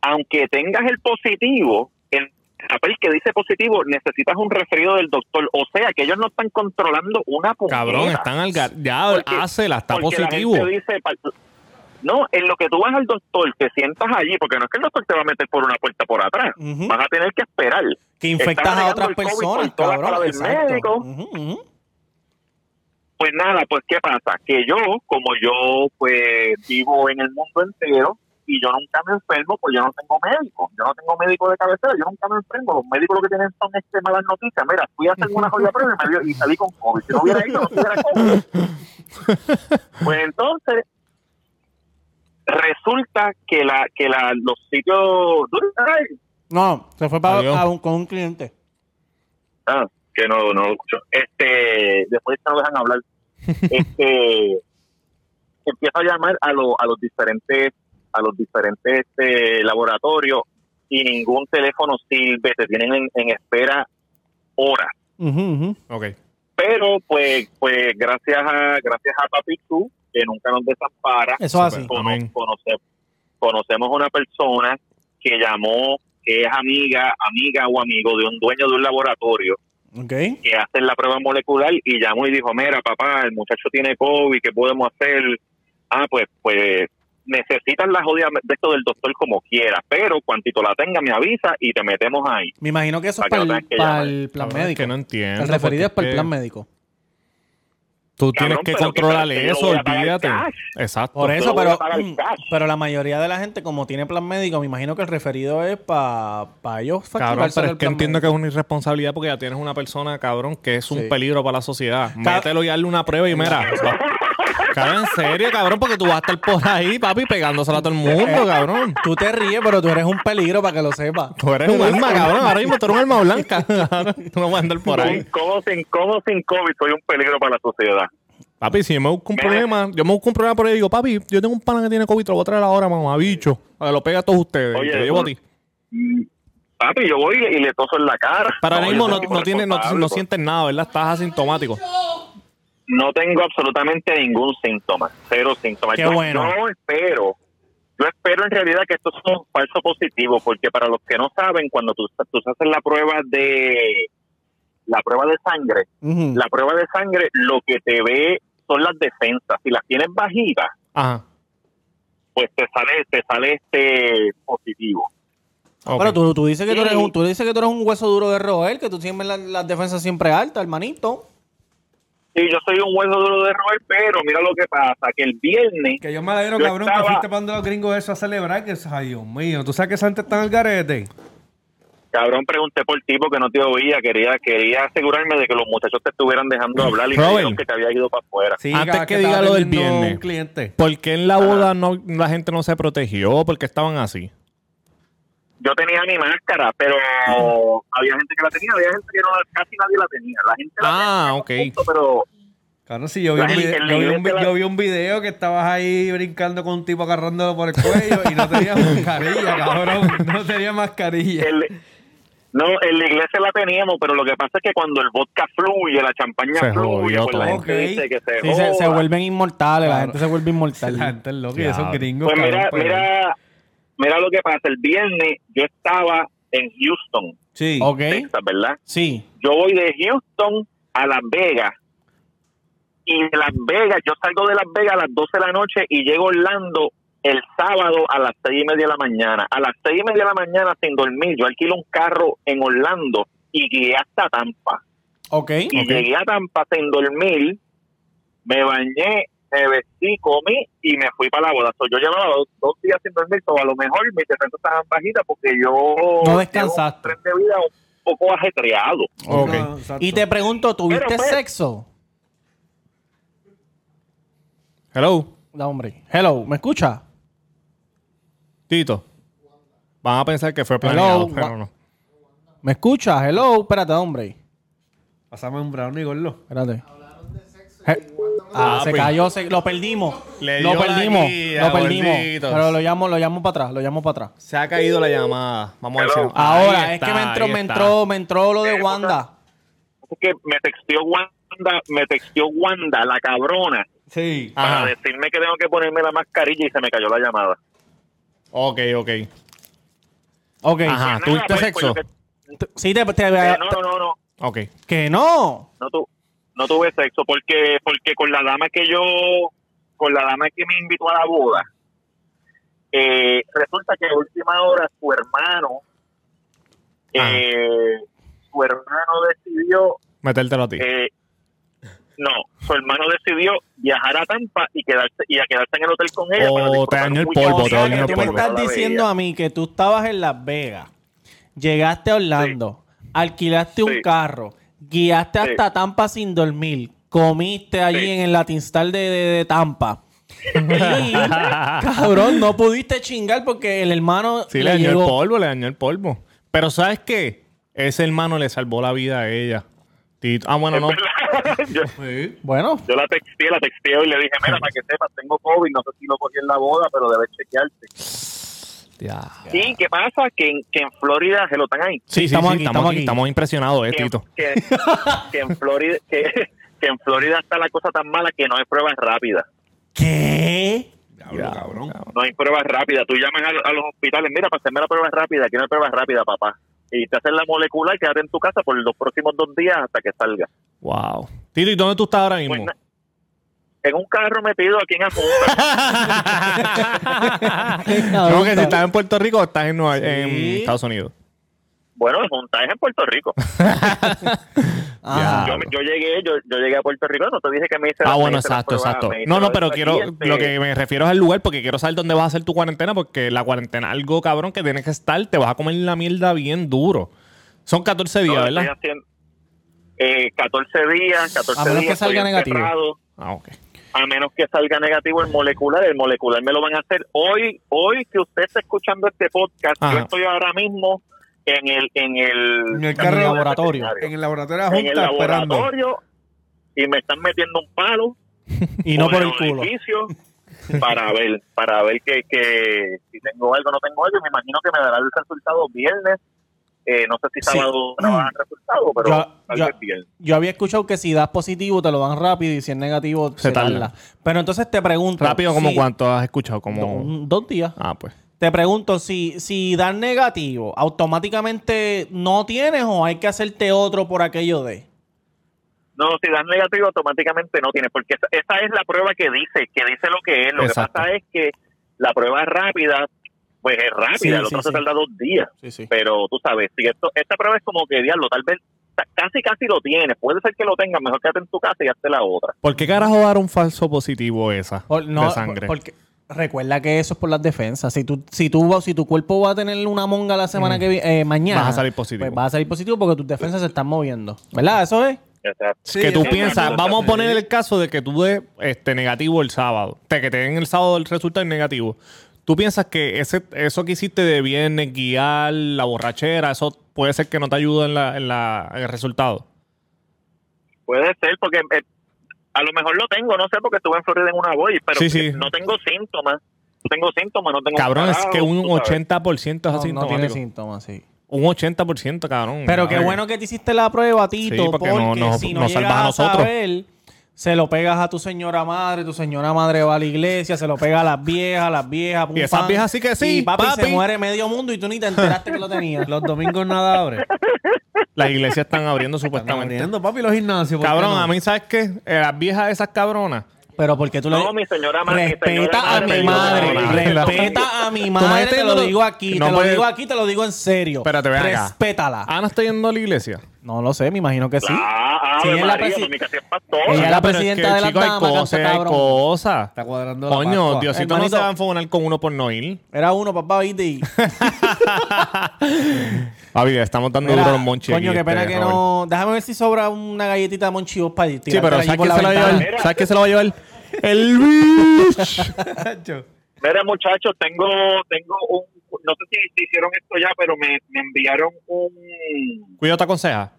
S8: aunque tengas el positivo, el papel que dice positivo, necesitas un referido del doctor. O sea, que ellos no están controlando una puñeta.
S1: Cabrón, están al gar... Ya,
S8: Porque-
S1: hácela, está
S8: porque la
S1: positivo.
S8: gente dice, pa- no, en lo que tú vas al doctor, te sientas allí, porque no es que el doctor te va a meter por una puerta por atrás.
S2: Ujú.
S8: Vas a tener que esperar.
S2: Que infectas
S8: Están
S2: a
S8: negando
S2: otras
S8: el COVID por
S2: personas,
S8: todas
S2: cabrón.
S8: partes del
S2: Exacto.
S8: médico.
S2: Ujú, ujú.
S8: Pues nada, pues ¿qué pasa? Que yo, como yo pues vivo en el mundo entero y yo nunca me enfermo, pues yo no tengo médico. Yo no tengo médico de cabecera, yo nunca me enfermo. Los médicos lo que tienen son este, malas noticias. Mira, fui a hacer una jodida prueba y, me dio- y salí con COVID. Si no hubiera ido, no hubiera COVID. Pues entonces, resulta que la que la los sitios... ¡Ay!
S2: No, se fue
S1: Adiós.
S2: para, a un- con un cliente.
S8: Ah, que no, no lo escucho. Este, después no dejan hablar. Este, empiezo a llamar a, lo- a los diferentes, a los diferentes este, laboratorios y ningún teléfono sirve, te tienen en, en espera horas.
S1: Ok.
S8: Pero pues, pues gracias a, gracias a Papi Chu, que nunca nos desampara,
S2: Eso es así.
S1: Súper.
S8: cono-
S1: Amén.
S8: conoce- conocemos una persona que llamó, que es amiga, amiga o amigo de un dueño de un laboratorio
S2: Ok.
S8: que hacen la prueba molecular y llamó y dijo, mira, papá, el muchacho tiene COVID, ¿qué podemos hacer? Ah, pues, pues necesitan la jodida de esto del doctor como quiera, pero cuantito la tenga me avisa y te metemos ahí.
S2: Me imagino que eso es
S8: Para
S2: para
S8: que no
S2: el,
S8: tengas que
S2: para
S8: llamar.
S2: el plan
S1: Cabrón, es
S2: médico.
S1: que no entiendo.
S2: el referido es
S1: porque
S2: para el plan médico.
S1: Tú tienes
S8: Cabrón,
S1: que
S8: pero que
S1: controlar
S8: parece que yo
S1: eso,
S8: voy a pagar
S1: olvídate.
S8: cash.
S1: Exacto.
S2: Por eso,
S8: lo voy
S2: pero,
S8: a pagar en
S2: mm,
S8: cash.
S2: pero la mayoría de la gente, como tiene plan médico, me imagino que el referido es para ellos
S1: Cabrón,
S2: facturarse
S1: pero es
S2: el
S1: que
S2: plan
S1: entiendo que
S2: médico.
S1: es una irresponsabilidad porque ya tienes una persona, cabrón, que es un
S2: Sí.
S1: peligro para la sociedad.
S2: Ca-
S1: Mételo y hazle una prueba y mira. va- Cabrón, en serio, cabrón, porque tú vas a estar por ahí, papi, pegándosela a todo el mundo, cabrón.
S2: Tú te ríes, pero tú eres un peligro para que lo sepas.
S1: Tú eres un alma, cabrón. Ahora mismo tú eres un alma blanca. Tú no vas a andar por ahí.
S8: Como sin, como sin COVID soy un peligro para la sociedad.
S1: Papi, si yo me busco un problema, yo me busco un problema por ahí y digo, papi, yo tengo un pana que tiene COVID, te lo voy a traer ahora, mamá, bicho. A que lo pega a todos ustedes.
S8: Oye,
S1: te lo llevo a ti.
S8: Mm, Papi, yo voy y le toso en la cara.
S1: Pero ahora
S8: yo
S1: mismo
S8: soy
S1: no,
S8: un tipo
S1: no, tienes- no,
S8: responsable,
S1: no
S8: pues.
S1: sientes nada, ¿verdad? Estás asintomático.
S8: No tengo absolutamente ningún síntoma, cero síntomas.
S2: Qué
S8: yo,
S2: bueno.
S8: yo espero, yo espero en realidad que esto es un falso positivo, porque para los que no saben, cuando tú, tú haces la prueba de la prueba de sangre,
S2: Ujú.
S8: la prueba de sangre lo que te ve son las defensas. Si las tienes bajitas,
S1: Ajá.
S8: pues te sale, te sale este positivo.
S1: ok.
S2: Pero tú, tú dices que tú eres
S8: Sí.
S2: un, tú dices que tú eres un hueso duro de roer, que tú tienes la- las defensas siempre altas, hermanito.
S8: Sí, yo soy un hueso duro de roer, pero mira lo que pasa, que el viernes
S3: Que yo me alegro,
S8: Yo
S3: cabrón, que
S8: estaba-
S3: fuiste para donde los gringos eso a celebrar. Que, ay, Dios mío, tú sabes que esa gente está en el garete.
S8: Cabrón, pregunté por ti porque no te oía. Quería quería asegurarme de que los muchachos te estuvieran dejando hablar y me
S1: Robert.
S8: dijeron que te habías ido para afuera.
S3: Sí,
S1: Antes
S3: cada
S1: que
S3: estaba
S1: diga lo del
S3: atendiendo
S1: viernes.
S3: un cliente.
S1: ¿Por qué en la boda no, la gente no se protegió? ¿Por qué estaban así?
S8: Yo tenía mi máscara, pero había gente que la tenía, había gente que no, casi nadie la tenía. La gente la
S1: Ah, ok.
S8: tenía, punto, pero
S3: Claro, sí, yo vi, un
S8: La gente
S3: video,
S8: en la
S3: yo, vi un, vi-
S8: iglesia la-
S3: yo vi un video que estabas ahí brincando con un tipo agarrándolo por el cuello y no tenía mascarilla, cabrón. No tenía mascarilla.
S8: el- no, en la iglesia la teníamos, pero lo que pasa es que cuando el vodka fluye, la champaña
S1: Se
S8: fluye,
S1: jodió
S8: pues la
S1: todo.
S8: gente
S3: Ok.
S8: dice que se,
S2: Sí, se, se
S8: joda.
S2: vuelven inmortales, la
S3: Claro.
S2: gente se vuelve inmortal.
S3: La gente es loca y
S1: Ya.
S3: esos gringos,
S8: Pues mira,
S3: cabrón, pues-
S8: mira, mira lo que pasa. El viernes yo estaba en Houston,
S3: Sí.
S2: Ok.
S8: Texas, ¿verdad?
S2: Sí.
S8: yo voy de Houston a Las Vegas y de Las Vegas, yo salgo de Las Vegas a las 12 de la noche y llego a Orlando el sábado a las seis y media de la mañana. A las seis y media de la mañana sin dormir, yo alquilo un carro en Orlando y guié hasta Tampa.
S2: Ok.
S8: Y llegué a Tampa sin dormir, me bañé, me vestí, comí y me fui para la boda. So, yo llevaba dos, dos días sin dormir, so, a lo mejor mis defensas estaban bajitas porque yo...
S2: No descansaste.
S8: llevo un tren de vida un poco ajetreado.
S1: Ok.
S3: No, exacto.
S2: Y te pregunto, ¿tuviste
S8: Pero, pues-
S2: sexo?
S1: Hello,
S2: Da, hombre. Hello, ¿me escucha?
S1: Tito. Van a pensar que fue planeado,
S2: Hello,
S1: pero
S2: wa-
S1: no.
S2: ¿Me escucha? Hello, espérate, da, hombre.
S3: Pásame un brownie, gordo.
S2: Espérate. He- Ah, se
S1: Papi.
S2: cayó, se- lo perdimos.
S1: Le
S2: lo
S1: dio la
S2: perdimos,
S1: guía,
S2: lo perdimos.
S1: gorditos.
S2: Pero lo llamo, lo llamo para atrás, lo llamo para atrás.
S1: Se ha caído la llamada. Vamos a decir.
S2: Ahora,
S1: Ahí
S2: es que
S1: está,
S2: me entró,
S1: ahí
S2: me
S1: está.
S2: entró, me entró lo de Wanda.
S8: que me texteó Wanda, me texteó Wanda, la cabrona,
S3: Sí.
S1: Ajá.
S8: para decirme que tengo que ponerme la mascarilla y se me cayó la llamada.
S1: Ok, ok.
S2: Ok.
S1: Ajá.
S8: Nada,
S1: ¿Tuviste
S8: pues,
S1: sexo?
S8: pues, lo
S2: Sí, te, te-
S8: que- eh, no, no, no,
S1: Ok.
S2: Que no.
S8: no, tu- no tuve sexo porque porque con la dama que yo, con la dama que me invitó a la boda, eh, resulta que a última hora su hermano, eh, su hermano decidió
S1: Metértelo a ti.
S8: Eh, no, su hermano decidió viajar a Tampa y quedarse y a quedarse en el hotel con ella.
S1: Oh,
S8: para disfrutar
S1: te dañó el
S8: un
S1: polvo,
S8: weekend.
S2: O
S1: te
S2: sea,
S1: dañó
S2: que
S1: el
S2: tú me
S1: polvo.
S2: estás diciendo a mí que tú estabas en Las Vegas, llegaste a Orlando, alquilaste un
S8: Sí.
S2: carro, guiaste
S8: Sí.
S2: hasta Tampa sin dormir, comiste allí
S8: Sí.
S2: en el Latin Star de, de- de Tampa. y, cabrón, no pudiste chingar porque el hermano
S1: Sí, le
S2: le
S1: dañó el
S2: llegó.
S1: polvo, le dañó el polvo. Pero ¿sabes qué? Ese hermano le salvó la vida a ella. Tito. Ah, bueno, no.
S8: yo,
S2: Bueno,
S8: yo la texteé, la texteé y le dije, mira, para que sepas, tengo COVID, no sé si lo cogí en la boda, pero debes chequearte. Sí, ¿qué pasa? Que en, que en Florida se lo están ahí.
S1: Sí, sí,
S2: Estamos
S1: sí, estamos
S2: aquí, estamos
S1: aquí.
S2: aquí.
S1: Estamos impresionados, eh,
S8: Que,
S1: Tito.
S8: que- que en Florida, que, que en Florida está la cosa tan mala que no hay pruebas rápidas.
S2: ¿qué?
S3: Diablo, cabrón.
S8: No hay pruebas rápidas. Tú llamas a, a los hospitales, mira, para hacerme la prueba rápida, aquí no hay pruebas rápidas, papá. Y te hacen la molecular, quédate en tu casa por los próximos dos días hasta que salga.
S1: Wow. Tito, ¿y dónde tú estás ahora
S8: Pues
S1: mismo?
S8: na- en un carro metido aquí en Apunta.
S1: no, que si estás en Puerto Rico o estás en, Nueva- en Estados Unidos.
S8: bueno, Apunta es en Puerto Rico.
S2: Ah,
S8: Yo,
S1: Diablo.
S8: yo llegué yo, yo llegué a Puerto Rico, no te dije que me hice
S1: Ah,
S8: me
S1: bueno,
S8: hice la
S1: exacto,
S8: prueba,
S1: exacto.
S8: me hice
S1: No, no,
S8: la-
S1: pero
S8: aquí,
S1: quiero,
S8: este,
S1: lo que me refiero es al lugar porque quiero saber dónde vas a hacer tu cuarentena porque la cuarentena, algo cabrón que tienes que estar, te vas a comer la mierda bien duro. Son 14
S8: no,
S1: días,
S8: lo
S1: ¿verdad?
S8: estoy haciendo, eh, 14 días, 14
S2: A menos
S8: días.
S2: que salga
S8: estoy
S2: negativo.
S8: encerrado.
S1: Ah, ok.
S8: a menos que salga negativo el molecular, el molecular me lo van a hacer hoy, hoy que usted está escuchando este podcast,
S1: Ajá.
S8: yo estoy ahora mismo en el en el,
S3: En el carro
S8: del
S2: laboratorio.
S8: veterinario.
S3: En el laboratorio de la
S8: En el
S3: Junta esperando.
S8: laboratorio y me están metiendo un palo
S2: Y no por el
S8: el
S2: culo.
S8: orificio para ver para ver que, que si tengo algo no tengo algo me imagino que me dará el resultado viernes eh, no sé si
S2: Sí.
S8: sábado trabajan el resultado pero
S2: Yo-
S8: tal
S2: yo-
S8: vez viernes
S2: Yo había escuchado que si das positivo te lo dan rápido y si es negativo se,
S1: tarda.
S2: tarda. Pero entonces te pregunto.
S1: Rápido, como
S2: si-
S1: cuánto has escuchado,
S2: do-
S1: como.
S2: un- Dos días.
S1: Ah, pues.
S2: Te pregunto, si, si das negativo, ¿automáticamente no tienes o hay que hacerte otro por aquello de?
S8: No, si das negativo automáticamente no tienes, porque esa, esa es la prueba que dice, que dice lo que es. Lo
S1: Exacto.
S8: que pasa es que la prueba rápida, pues es rápida,
S2: Sí,
S8: el
S2: sí,
S8: otro se
S2: sí.
S8: tarda dos días.
S2: Sí, sí.
S8: Pero tú sabes, si esto, esta prueba es como que diablo, tal vez ta- casi casi lo tienes, puede ser que lo tengas, mejor quédate en tu casa y hazte la otra.
S1: ¿Por qué carajo dar un falso positivo esa
S2: Por- no,
S1: de sangre?
S2: por- porque recuerda que eso es por las defensas. Si tú, si tú, va- si tu cuerpo va a tener una monga la semana que vi- eh, mañana,
S1: Mm. Vas a salir positivo.
S2: Pues vas a salir positivo porque tus defensas se están moviendo, ¿verdad? Eso es.
S8: Exacto.
S1: que tú
S8: exacto.
S1: piensas, vamos a poner
S3: Sí.
S1: el caso de que tú des este, negativo el sábado, te, que te den el sábado el resultado negativo. Tú piensas que ese, eso que hiciste de viernes, guiar, la borrachera, eso puede ser que no te ayude en, la, en, la- en el resultado.
S8: Puede ser, porque eh, a lo mejor lo tengo, no sé, porque estuve en Florida en una boy, pero
S1: Sí, sí.
S8: no tengo síntomas. No tengo síntomas, no tengo
S1: Cabrón, es
S8: carajo,
S1: que un
S8: tú sabes.
S1: 80% es
S2: No,
S1: asintomático.
S2: no tiene síntomas, sí.
S1: un 80%, cabrón.
S2: Pero qué
S1: Madre.
S2: bueno que te hiciste la prueba, Tito,
S1: Sí, porque
S2: porque,
S1: no- no-
S2: si
S1: nos
S2: no llegas
S1: salvas a
S2: a
S1: nosotros.
S2: saber, se lo pegas a tu señora madre, tu señora madre va a la iglesia, se lo pega a las viejas, las viejas, pum,
S1: Y esas
S2: pam.
S1: viejas sí que sí,
S2: y papi,
S1: papi.
S2: se muere medio mundo y tú ni te enteraste que lo tenías.
S3: Los domingos nada abre.
S1: Las iglesias están abriendo
S3: Están
S1: supuestamente.
S3: abriendo, papi, los gimnasios. ¿por qué
S1: Cabrón,
S3: no?
S1: a mí, ¿sabes qué? Eh, las viejas esas cabronas.
S2: Pero porque tú
S8: No,
S2: le-
S8: mi señora ma- mi
S2: respeta
S8: señora
S2: a
S8: madre,
S2: mi
S1: perdón,
S2: madre,
S1: perdón.
S2: respeta a mi
S1: me
S2: madre,
S1: estás
S2: te lo
S1: dando-
S2: digo aquí,
S1: No
S2: te lo
S1: puedes-
S2: digo aquí, te lo digo en serio.
S1: Espérate, ven acá.
S2: Respétala.
S1: Ana está yendo a la iglesia.
S2: No lo sé, me imagino que sí.
S8: Ah,
S2: Sí,
S8: Ave
S2: es la
S8: María,
S2: presi-
S8: mami, que sí es pastora.
S2: Ella es la
S1: Pero
S2: presidenta de las
S1: chico, hay
S2: damas, canta
S1: cosas, hay
S2: cabrón.
S1: cosas.
S3: Está cuadrando la
S1: Coño,
S3: Pascua.
S1: Diosito no se
S2: Hermanito.
S1: va a enfogonar con uno por no ir.
S2: Era uno, papá, viste. y-
S1: Papi, le estamos dando
S2: Mira,
S1: duro a los monchi.
S2: Coño,
S1: aquí,
S2: qué pena
S1: este,
S2: que
S1: Robert.
S2: no. Déjame ver si sobra una galletita Monchi Vos para
S1: Sí, pero ¿sabes quién se la va a
S2: lleva?
S1: llevar? ¿Sabes quién se la va a llevar? El bitch.
S8: Mira, muchachos, tengo, tengo un, no sé si, si hicieron esto ya, pero me, me enviaron un,
S1: Cuidado, te aconseja.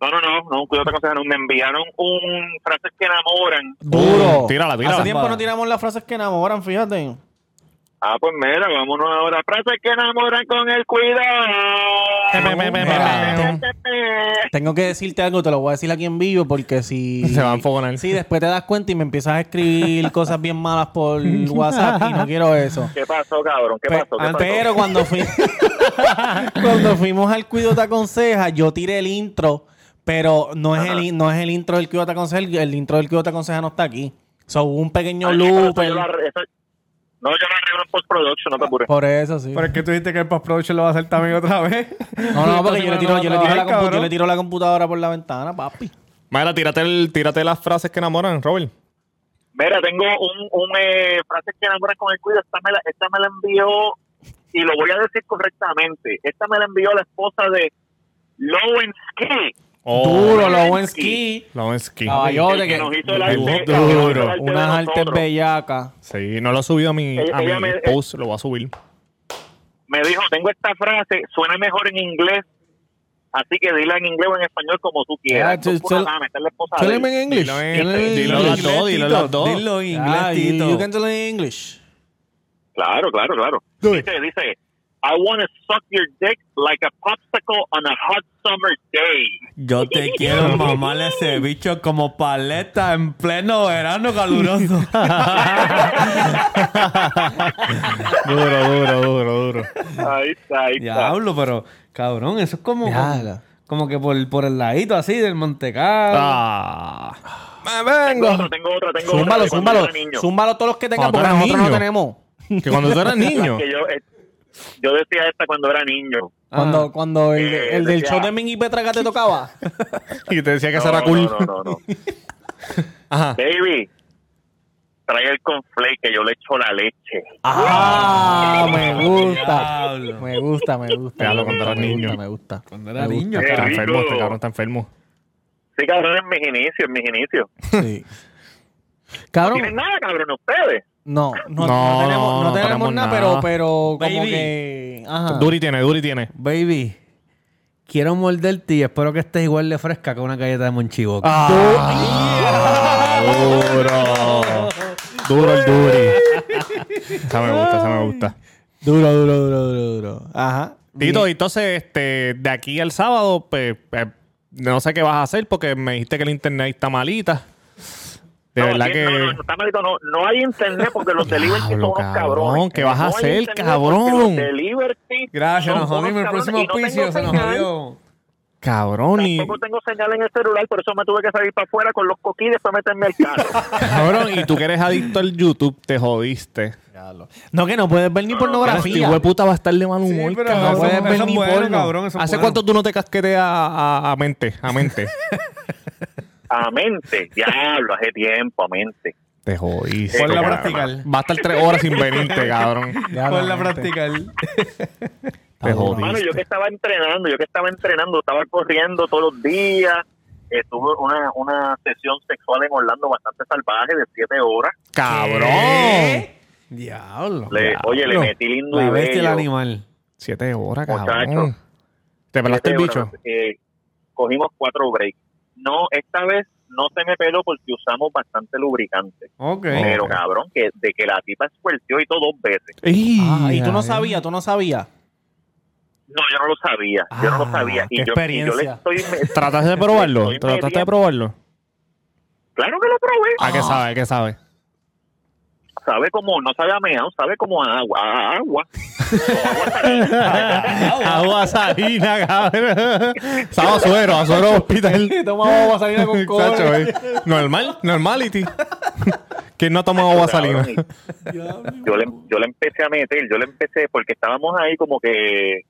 S8: no, no, no, no, cuidado, te aconsejo, no, me enviaron un, frases que enamoran.
S2: Duro.
S1: Uh, tírala, tírala.
S2: Hace tiempo no tiramos las frases que enamoran, fíjate.
S8: Ah, pues mira, vámonos ahora, frases que enamoran con el cuidado.
S2: Tengo que decirte algo, te lo voy a decir aquí en vivo porque si.
S1: Se va a enfogonar.
S2: Sí, después te das cuenta y me empiezas a escribir cosas bien malas por WhatsApp y no quiero eso.
S8: ¿Qué pasó, cabrón? ¿Qué
S2: Pe-
S8: pasó? ¿Qué pasó?
S2: Pero Pues, cuando, fui- cuando fuimos al Cuido Te Aconseja, yo tiré el intro, pero no es, el, in- no es el intro del Cuido Te Aconseja, el, el intro del Cuido Te Aconseja no está aquí. So, hubo un pequeño
S8: Ay, Ah, pero eso
S2: loop.
S8: yo lo arre- eso- No, yo lo arreglo en post-production, no te apures.
S2: Por eso, sí.
S3: Pero es que tú dijiste que el post-production lo va a hacer también otra vez.
S2: No, no, porque yo le tiro, yo le tiro, la, compu-
S3: computadora
S2: yo le tiro la computadora por la ventana, papi.
S1: Mira, tírate, el- tírate las frases que enamoran, Robert.
S8: Mira, tengo un, un eh, frase que enamora con el cuido. Esta me, la, esta me la envió, y lo voy a decir correctamente. Esta me la envió la esposa de Lowensky.
S1: Oh,
S2: Duro, lo buen
S8: Lowensky.
S2: ski.
S1: Lowensky.
S2: Caballote,
S8: que
S2: que
S8: nos hizo el arte,
S1: Duro.
S8: el que nos hizo el arte de
S2: unas artes
S8: nosotros.
S2: bellacas.
S1: Sí, no lo he subido a mi,
S8: Ella- eh,
S1: a mi
S8: ella me-
S1: post, lo voy a subir.
S8: Me dijo, tengo esta frase, suena mejor en inglés, así que dila en inglés o en español como tú
S2: Ah,
S8: quieras. Esto es
S2: tú-
S8: pura
S2: tú-
S8: dama, esta es la esposa de él.
S2: Tell me in English.
S1: Dilo
S2: Tell him in
S1: en- dilo
S2: English.
S1: las dos, dilo las dos.
S3: Dilo en
S2: Ah,
S3: inglés,
S2: you,
S3: Tito.
S2: you can tell him in English.
S8: Claro, claro, claro. Dice, dice, I want to suck your dick like a popsicle on a hot summer day.
S3: Yo te quiero mamar ese bicho como paleta en pleno verano caluroso.
S1: Duro, duro, duro, duro.
S8: Ahí está, ahí está.
S3: Diablo, pero cabrón, eso es como
S2: Diablo.
S3: como que por, por el ladito así del Montecarlo.
S1: Ah.
S8: Tengo otra, tengo otra, tengo
S2: Zúmbalo,
S8: otra. de cuando
S2: zúmbalo.
S8: era niño.
S2: Zúmbalo todos los que tengan,
S1: Cuando tú
S2: porque
S1: eras
S2: nosotros no
S1: niño.
S2: tenemos.
S1: Que cuando tú eras niño.
S8: Que yo, eh, yo decía esta cuando era niño.
S2: Cuando, cuando el,
S8: Eh,
S2: el del
S8: decía-
S2: show de Mingy Petraca te tocaba.
S1: Y te decía que
S8: No,
S1: eso era
S8: no,
S1: cool.
S8: no, no, no.
S1: Ajá.
S8: Baby, trae el conflake que yo le echo la leche.
S2: ah, me gusta.
S3: Diablo.
S2: Me gusta, me gusta.
S1: Diablo,
S2: me
S1: cuando
S2: gusta,
S1: eras
S2: me
S1: niño.
S2: gusta, Me gusta.
S3: Cuando era
S2: Me gusta.
S3: niño.
S8: Qué
S1: Está
S8: rico.
S1: enfermo, este cabrón está enfermo.
S8: Sí, cabrón, en mis inicios, en mis inicios.
S2: Sí.
S8: No
S2: Cabrón,
S8: tienen nada, cabrón, ustedes.
S2: no, no, no,
S1: No,
S2: tenemos, no tenemos nada, pero, pero como
S3: Baby.
S2: que... Ajá.
S1: Duri tiene, Duri tiene.
S3: Baby, quiero morderte y espero que estés igual de fresca que una galleta de Monchiboca.
S1: Ah. Duro. Duro el Duri. Esa me gusta, esa me gusta.
S2: Duro, duro, duro, duro, duro. Ajá.
S1: Tito, entonces, este, de aquí al sábado, pues, eh, no sé qué vas a hacer porque me dijiste que el internet está malita. De
S8: No,
S1: verdad
S8: bien,
S1: que.
S8: no, no, no, está malito, no, no hay internet porque los delivery son
S1: Diablo,
S8: unos cabrones.
S1: cabrón, ¿qué vas a
S8: No hay
S1: hacer,
S8: internet
S1: cabrón?
S8: porque los delivery
S3: Gracias,
S8: son
S3: nos
S8: unos
S3: jodimos. El
S8: cabrones
S3: próximo
S8: y no tengo
S3: auspicio se nos
S8: señal.
S3: jodió.
S1: Cabrón, y,
S8: Tampoco tengo señal en el celular, por eso me tuve que salir para afuera con los coquí y después meterme al carro.
S1: cabrón, y tú que eres adicto al YouTube, te jodiste.
S2: No, que no puedes ver ni
S1: Este
S2: pornografía.
S1: hijo de puta va a estar de mal
S3: Sí,
S1: humor.
S3: pero
S1: cabrón.
S3: eso-
S1: Puedes
S3: eso
S1: ver
S3: es
S1: ni
S3: bueno,
S1: porno.
S3: cabrón, eso es
S1: ¿Hace
S3: bueno.
S1: cuánto tú no te casqueteas a, a- a mente? A mente.
S8: a mente, diablo, hace tiempo, a mente.
S1: te jodiste.
S2: Ponla a
S1: cabrón.
S2: practicar.
S1: Va a estar tres horas sin venirte, cabrón.
S2: Ya,
S3: Por la
S2: gente.
S3: práctica.
S1: Te
S8: Mano, yo que
S1: jodiste.
S8: estaba entrenando, yo que estaba entrenando, estaba corriendo todos los días. Eh, tuve una, una sesión sexual en Orlando bastante salvaje de siete horas.
S1: ¡Cabrón!
S3: Diablo.
S8: Le- oye, le metí lindo
S3: La
S8: y
S3: bestia el
S8: bello.
S3: animal.
S1: Siete horas, cabrón.
S8: Muchacho.
S1: ¿Te pelaste el
S8: Siete
S1: bicho?
S8: horas, eh, cogimos cuatro breaks. No, esta vez no se me peló porque usamos bastante lubricante.
S3: Ok.
S8: Pero cabrón, que de que la tipa esfuerció y todo dos veces.
S1: Ey,
S2: Ah, y tú no
S1: ay.
S2: sabías, tú no sabías.
S8: No, yo no lo sabía. yo no lo
S2: Ah,
S8: sabía.
S2: qué
S8: Y yo, y yo le
S2: experiencia.
S8: estoy. me-
S1: ¿Trataste de probarlo?
S8: Estoy
S1: ¿Trataste de
S8: media-
S1: probarlo?
S8: claro que lo probé.
S1: ¿A qué sabe? ¿A qué sabe?
S8: Sabe como, no sabe a meao, sabe como a agua. A agua.
S1: Agua salina, cabrón. Sabe a suero, a suero hospital.
S2: Toma agua salina con cola.
S1: Chacho, eh. Normal, normality. ¿Quién no ha tomado agua salina?
S8: Cabrón, y- yo, le, yo le empecé a meter, yo le empecé porque estábamos ahí como que,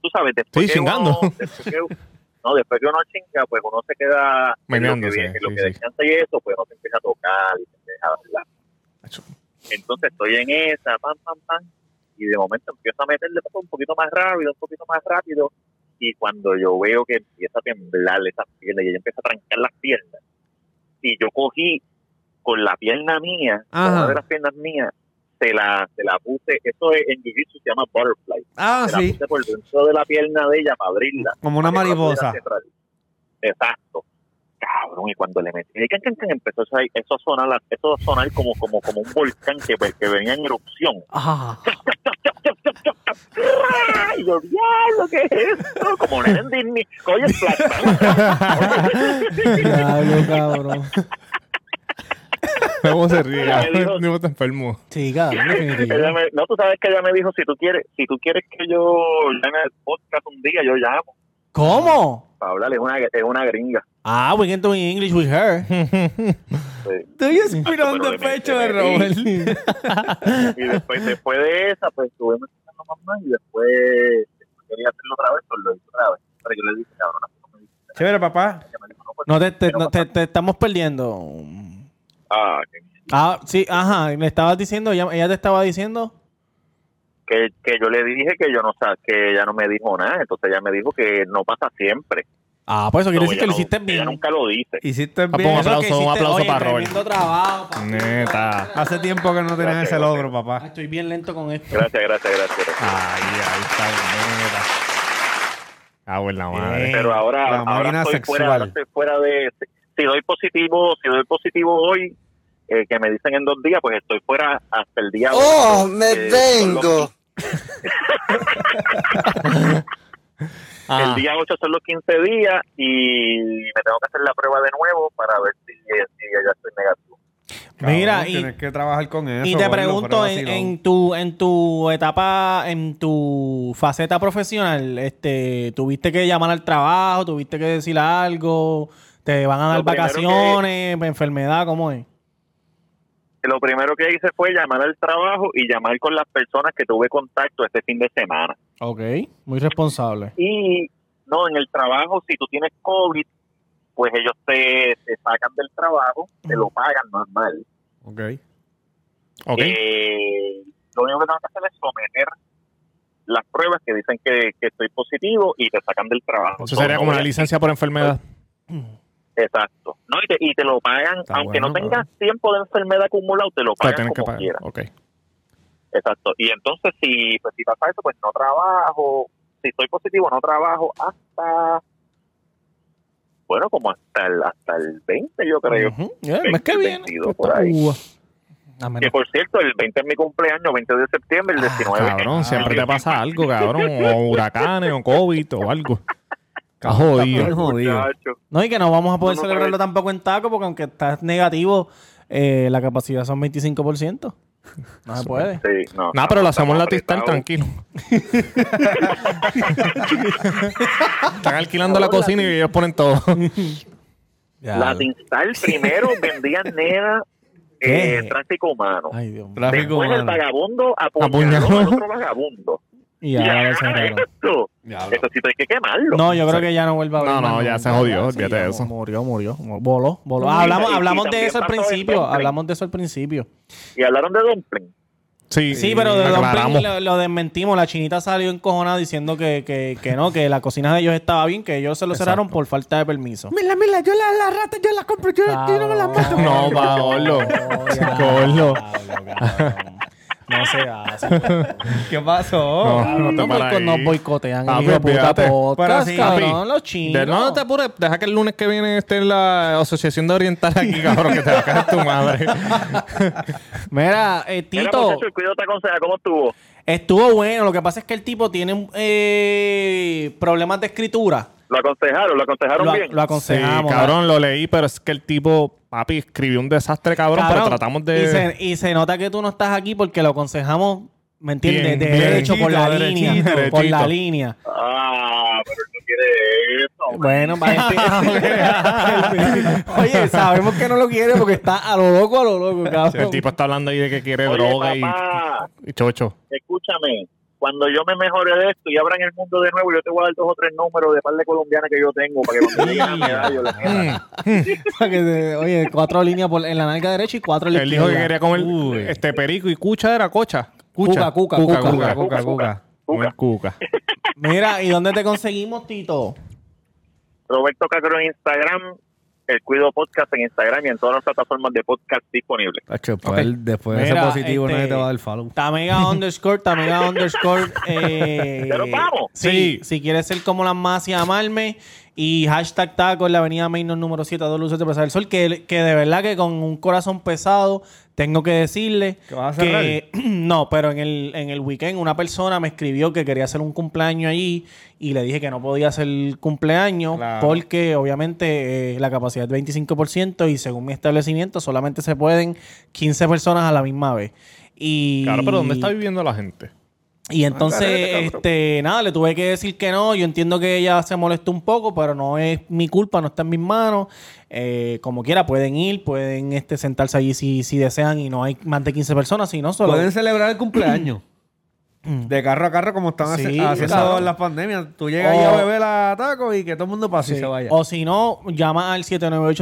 S8: tú sabes, después
S1: Sí,
S8: que
S1: chingando.
S8: uno- después que- no, después que uno chinga, pues uno se queda en lo que,
S1: Meneándose,
S8: viene, en lo
S1: sí,
S8: que
S1: sí.
S8: descansa y eso, pues uno se empieza a tocar y se empieza a hablar. Entonces estoy en esa, pam, pam, pam, y de momento empiezo a meterle pues, un poquito más rápido, un poquito más rápido, y cuando yo veo que empieza a temblar esas piernas y ella empieza a trancar las piernas, y yo cogí con la pierna mía,
S3: Ajá.
S8: con una de las piernas mías, se la, se la puse, eso es- en jiu-jitsu se llama butterfly,
S3: Ah,
S8: se la
S3: sí.
S8: puse por dentro de la pierna de ella para abrirla.
S3: Como una
S8: para que no
S3: mariposa.
S8: pudiera cerrar. Exacto. Cabrón, y cuando le metí, y can, can, can, empezó eso, ahí- eso a sonar, la- eso a sonar como, como, como un volcán que, pues, que venía en erupción.
S2: Ah,
S8: ¡Ay, yo, diablo, qué es esto! Como nene en Disney, coño, es
S2: diablo, cabrón.
S1: ¿Cómo se ríe?
S8: Ella me dijo-
S1: Digo, está enfermo.
S2: Sí, cabrón,
S8: Ella
S2: definitivo.
S8: me- no, tú sabes que ella me dijo, si tú quieres, si tú quieres que yo llame al podcast un día, yo llamo.
S2: ¿Cómo?
S8: Para hablar, es una, es una gringa.
S2: Ah, we can do in English with her.
S8: Sí.
S3: Estoy inspirando
S8: Pero
S3: el
S8: le metí-
S3: pecho de
S8: le metí.
S3: Robert.
S8: Y después, después de esa, pues estuve metiendo más más y después, después quería hacerlo otra vez, pues lo hice otra vez. Pero yo le dije, cabrón, así no me dice.
S3: Chévere, papá.
S8: Ella me dijo, no, pues,
S2: No, te, te- no, te- te estamos perdiendo.
S8: ah, que,
S2: Ah, sí, ajá. Le estabas diciendo, ella, ella te estaba diciendo.
S8: que, que yo le dije que yo no sa- que ella no me dijo nada, entonces ella me dijo que no pasa siempre.
S2: Ah, pues eso quiere decir que
S8: Ella
S2: lo
S8: no-
S2: hiciste
S8: Ella
S2: bien.
S8: nunca lo dice.
S3: Hiciste
S1: Papá, un
S3: bien.
S1: Ah, aplauso,
S2: Eso que
S1: un
S2: hiciste-
S1: aplauso
S2: oye,
S1: para Robert.
S2: tremendo trabajo, papá.
S1: Neta.
S3: Hace tiempo que no tenías ese logro, papá.
S2: Estoy bien lento con esto.
S8: Gracias, gracias, gracias.
S2: Ah,
S1: Ahí, ahí está, neta. Ah, buena madre.
S8: pero
S3: la
S8: ahora,
S3: máquina
S8: ahora estoy
S3: sexual.
S8: fuera, ahora estoy fuera de si- si doy positivo si doy positivo hoy eh, que me dicen en dos días pues estoy fuera hasta el día
S10: ¡Oh,
S8: ocho,
S10: me
S8: eh, son
S10: vengo!
S8: los-
S1: Ah.
S8: el día 8 son los 15 días y me tengo que hacer la prueba de nuevo para ver si, eh, si ya estoy negativo
S3: Cabrón,
S2: Mira, y,
S3: Tienes que trabajar con eso.
S2: y te
S3: boludo,
S2: pregunto,
S3: fuera de
S2: en,
S3: vacilón.
S2: en tu, en tu etapa, en tu faceta profesional, este, ¿tuviste que llamar al trabajo? ¿Tuviste que decir algo? ¿Te van a dar
S8: Lo primero que-
S2: vacaciones? ¿Enfermedad? ¿Cómo es?
S8: lo primero que hice fue llamar al trabajo y llamar con las personas que tuve contacto este fin de semana
S2: Ok, muy responsable.
S8: Y no, en el trabajo, si tú tienes COVID, pues ellos te, te sacan del trabajo, te lo pagan normal.
S3: Ok.
S1: Ok.
S8: Eh, lo único que tengo que hacer es someter las pruebas que dicen que, que estoy positivo y te sacan del trabajo.
S1: Eso sería
S8: No,
S1: como una
S8: no,
S1: licencia por enfermedad.
S8: Exacto. No, y te, y te lo pagan,
S1: Está
S8: aunque no
S1: bueno,
S8: tengas tiempo de enfermedad acumulado, te lo
S1: O sea,
S8: pagan
S1: tienes que
S8: como
S1: pagar.
S8: quieras.
S1: Ok.
S8: Exacto. Y entonces, si, pues, si pasa eso, pues no trabajo. Si estoy positivo, no trabajo hasta. Bueno, como hasta el, hasta el 20, yo creo.
S2: Ujú. Ya, el mes que
S8: 20,
S2: viene.
S8: 22 por ahí.
S2: Ujú. A menos-
S8: Que por cierto, el 20 es mi cumpleaños, 20 de septiembre, el 19.
S1: Cabrón, siempre te pasa algo, cabrón. O huracanes, o COVID, o algo. Está jodido.
S3: Bien jodido.
S8: Muchacho.
S2: No, y que no vamos a poder
S8: No, no,
S2: celebrarlo tampoco en taco, porque aunque estás negativo, eh, la capacidad son 25%. No se puede.
S8: Sí, no.
S1: Nada, pero lo hacemos en la
S8: Estamos
S1: Tistal,
S8: apretados.
S1: tranquilo. Están alquilando la cocina y ellos ponen todo.
S2: Ya,
S8: La Tistal primero vendían nena eh,
S2: ¿Qué?
S8: tráfico humano.
S2: Ay, Dios mío.
S3: Tráfico
S8: Después el
S3: humano.
S8: vagabundo apuñaló
S1: Apuñaló.
S8: al otro vagabundo.
S2: Y ahora lo cerraron.
S8: esto,
S3: Diablo.
S8: esto sí hay que quemarlo.
S2: No, yo creo que ya no vuelva a
S1: No,
S2: abrir
S1: no,
S2: más
S1: ya se
S2: nunca.
S1: jodió,
S2: Ya,
S1: olvídate
S2: ya
S1: de
S2: mu-
S1: eso.
S2: Murió, murió. mu- Voló, voló.
S8: No,
S2: Ah,
S8: y-
S2: hablamos
S8: y
S2: hablamos de
S8: también
S2: eso al
S8: pasó el
S2: principio.
S8: dumpling.
S2: Hablamos de eso al principio.
S8: Y hablaron de dumpling.
S1: Sí,
S2: Sí, pero de
S1: aclaramos.
S2: dumpling lo, lo desmentimos. La chinita salió encojonada diciendo que, que, que no, que la cocina de ellos estaba bien, que ellos se lo cerraron por falta de permiso.
S4: Mira, mira, yo la, la rata, yo la compro, yo, yo no me la mato.
S1: No, Paolo. Paolo.
S2: No se hace.
S3: ¿Qué pasó?
S1: No, no te
S2: No,
S1: paras
S2: boico-
S1: ahí.
S2: nos boicotean.
S1: Papi,
S2: hijo de puta
S1: olvídate.
S2: podcast,
S3: Pero sí,
S2: cabrón,
S1: papi.
S2: los
S1: De-
S2: chinos.
S1: no, no te apures. Deja que el lunes que viene esté en la Asociación de Oriental aquí, cabrón, que te va a caer tu madre.
S2: Mira, eh,
S8: Mira,
S2: Tito,
S8: muchacho, el cuidado te aconseja cómo estuvo.
S2: estuvo bueno. Lo que pasa es que el tipo tiene eh, problemas de escritura.
S8: Lo aconsejaron, lo aconsejaron
S2: Lo,
S8: bien.
S2: lo
S1: Sí,
S2: aconsejamos.
S1: cabrón, lo leí, pero es que el tipo, papi, escribió un desastre, cabrón, pero tratamos de...
S2: Y se, y se nota que tú no estás aquí porque lo aconsejamos, ¿me entiendes?
S1: Bien,
S2: De
S1: bien.
S2: derecho, por la
S1: Derechito,
S2: línea.
S1: derechito.
S2: Por la línea.
S8: Ah, pero no quiere eso.
S2: Bueno, para este- Oye, sabemos que no lo quiere porque está a lo loco, a lo loco,
S1: Sí, el
S2: cabrón.
S1: tipo está hablando ahí de que quiere
S8: Oye,
S1: droga y-
S8: papá,
S1: y chocho.
S8: escúchame. Cuando yo me mejore de esto y abran el mundo de nuevo, yo te voy a dar dos o tres números de par de colombianas que yo tengo para que cuando lleguen a mi edad yo les
S1: Mm.
S2: Para que te- oye, cuatro líneas por- en la narca derecha y cuatro en la
S1: Él dijo que
S2: izquierda.
S1: quería comer este perico y cucha era cocha. Cucha.
S2: Cuca, cuca, cuca,
S3: Cuca,
S1: cuca.
S3: cuca, cuca.
S1: Comer cuca.
S2: Mira, ¿y dónde te conseguimos, Tito?
S8: Roberto Cacro en Instagram, el Cuido Podcast en Instagram y en todas las plataformas de podcast disponibles.
S3: Tacho, después el- después de
S2: Mira,
S3: ser positivo,
S2: este-
S3: nadie te va a dar follow.
S2: Tamega underscore, Tamega underscore. Eh,
S8: Pero vamos.
S2: Sí,
S1: Sí.
S2: Si quieres ser como las más y amarme. Y hashtag taco en la avenida Mainor número 7 a dos luces de Plaza del Sol. Que, que de verdad que con un corazón pesado tengo que decirle
S3: ¿Que vas a
S2: que no, pero en el, en el weekend una persona me escribió que quería hacer un cumpleaños allí y le dije que no podía hacer el cumpleaños
S3: Claro.
S2: porque obviamente eh, la capacidad es 25% y según mi establecimiento solamente se pueden 15 personas a la misma vez. Y,
S1: Claro, pero ¿dónde está viviendo la gente?
S2: y entonces,
S3: Agarrete, cabrón.
S2: este, nada, le tuve que decir que no. Yo entiendo que ella se molestó un poco, pero no es mi culpa, no está en mis manos. Eh, como quiera, pueden ir, pueden este, sentarse allí si, si desean y no hay más de 15 personas, si no solo. Mm.
S3: Pueden celebrar el cumpleaños. De carro a carro, como están hace-
S2: Sí,
S3: haciendo
S2: claro.
S3: las pandemias. Tú llegas ahí
S2: O-
S3: a beber la taco y que todo el mundo pase
S2: Sí. Oh,
S3: y se vaya.
S2: O si no, llama al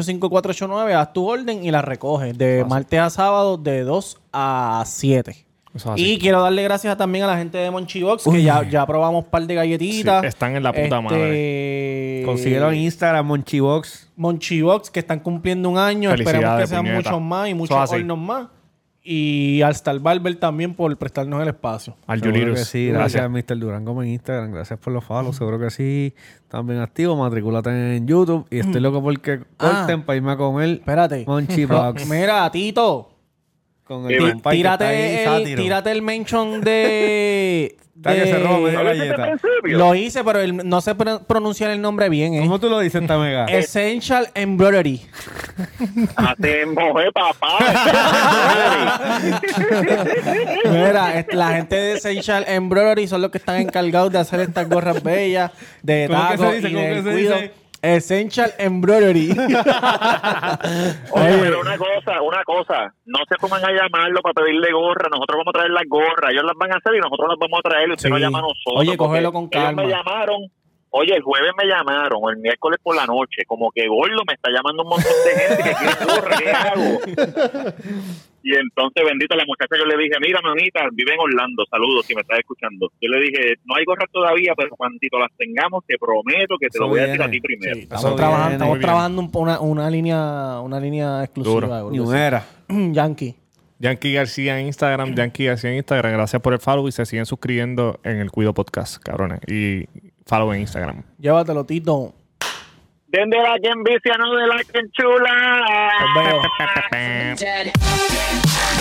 S2: 798-5489, haz tu orden y la recoges de martes a sábado de 2 a 7.
S1: Eso es así.
S2: Y quiero darle gracias también a la gente de Monchibox, que ya, ya probamos un par de galletitas. Este,
S1: Sí, están en la puta
S2: madre.
S3: Consíguelo en Instagram, Monchibox.
S2: Monchibox que están cumpliendo un año.
S1: Felicidades,
S2: Esperemos que sean
S1: puñeta.
S2: muchos más y
S1: Eso es
S2: muchos
S1: así.
S2: hornos más. Y Alstar Barber también por prestarnos el espacio.
S1: Al
S3: Seguro
S1: Yulirus.
S3: que sí, gracias, Mr. Durán Gómez en Instagram. Gracias por los follows. Seguro que sí. También activo. Matricúlate en YouTube. Y estoy loco porque
S2: Mm. Ah.
S3: corten para irme a comer.
S2: Espérate.
S3: Monchibox.
S2: Mira, Tito.
S3: con
S8: Ti-
S2: Tí-
S3: compa que está ahí,
S2: Tírate el,
S3: sátiro.
S2: tírate el mention de.
S3: Está que
S2: de-
S3: se roba media
S8: ¿Hablaste al
S3: galleta.
S8: principio?
S2: Lo hice, pero el- no sé pro- pronunciar el nombre bien, ¿eh?
S3: ¿Cómo tú lo dices, Tamega?
S2: Essential Embroidery.
S8: Hacemos, eh, papá.
S2: Mira, es- la gente de Essential Embroidery son los que están encargados de hacer estas gorras bellas de
S3: ¿Cómo que se
S2: tacos y
S3: dice? ¿Cómo
S2: del
S3: que se
S2: cuido.
S3: dice?
S2: Essential Embroidery.
S8: Oye, pero una cosa, una cosa, no se pongan a llamarlo para pedirle gorra, nosotros vamos a traer las gorras, ellos las van a hacer y nosotros las vamos a traer, usted
S2: Sí.
S8: no llama a nosotros.
S2: Oye, cógelo
S8: porque
S2: con
S8: Ellos me
S2: calma.
S8: llamaron Oye, el jueves me llamaron, o el miércoles por la noche, como que gordo me está llamando un montón de gente que quiere burra, ¿qué hago? Y entonces, bendita la muchacha, yo le dije, mira, mamita, vive en Orlando, saludos si me estás escuchando. Yo le dije, no hay gorras todavía, pero cuantito las tengamos, te prometo que te lo
S3: Eso
S8: voy a decir a
S3: viene.
S8: ti primero.
S2: Estamos trabajando, estamos trabajando un- una, una línea, una línea exclusiva.
S1: Duro.
S2: bro.
S3: Ni era.
S2: Yankee.
S1: Yankee García en Instagram, Yankee García en Instagram. Gracias por el follow y se siguen suscribiendo en el Cuido Podcast, cabrones. Y follow en Instagram.
S2: Llévatelo, Tito.
S8: Den de la que envicia, no de la que enchula.
S2: Los veo.
S7: Dead.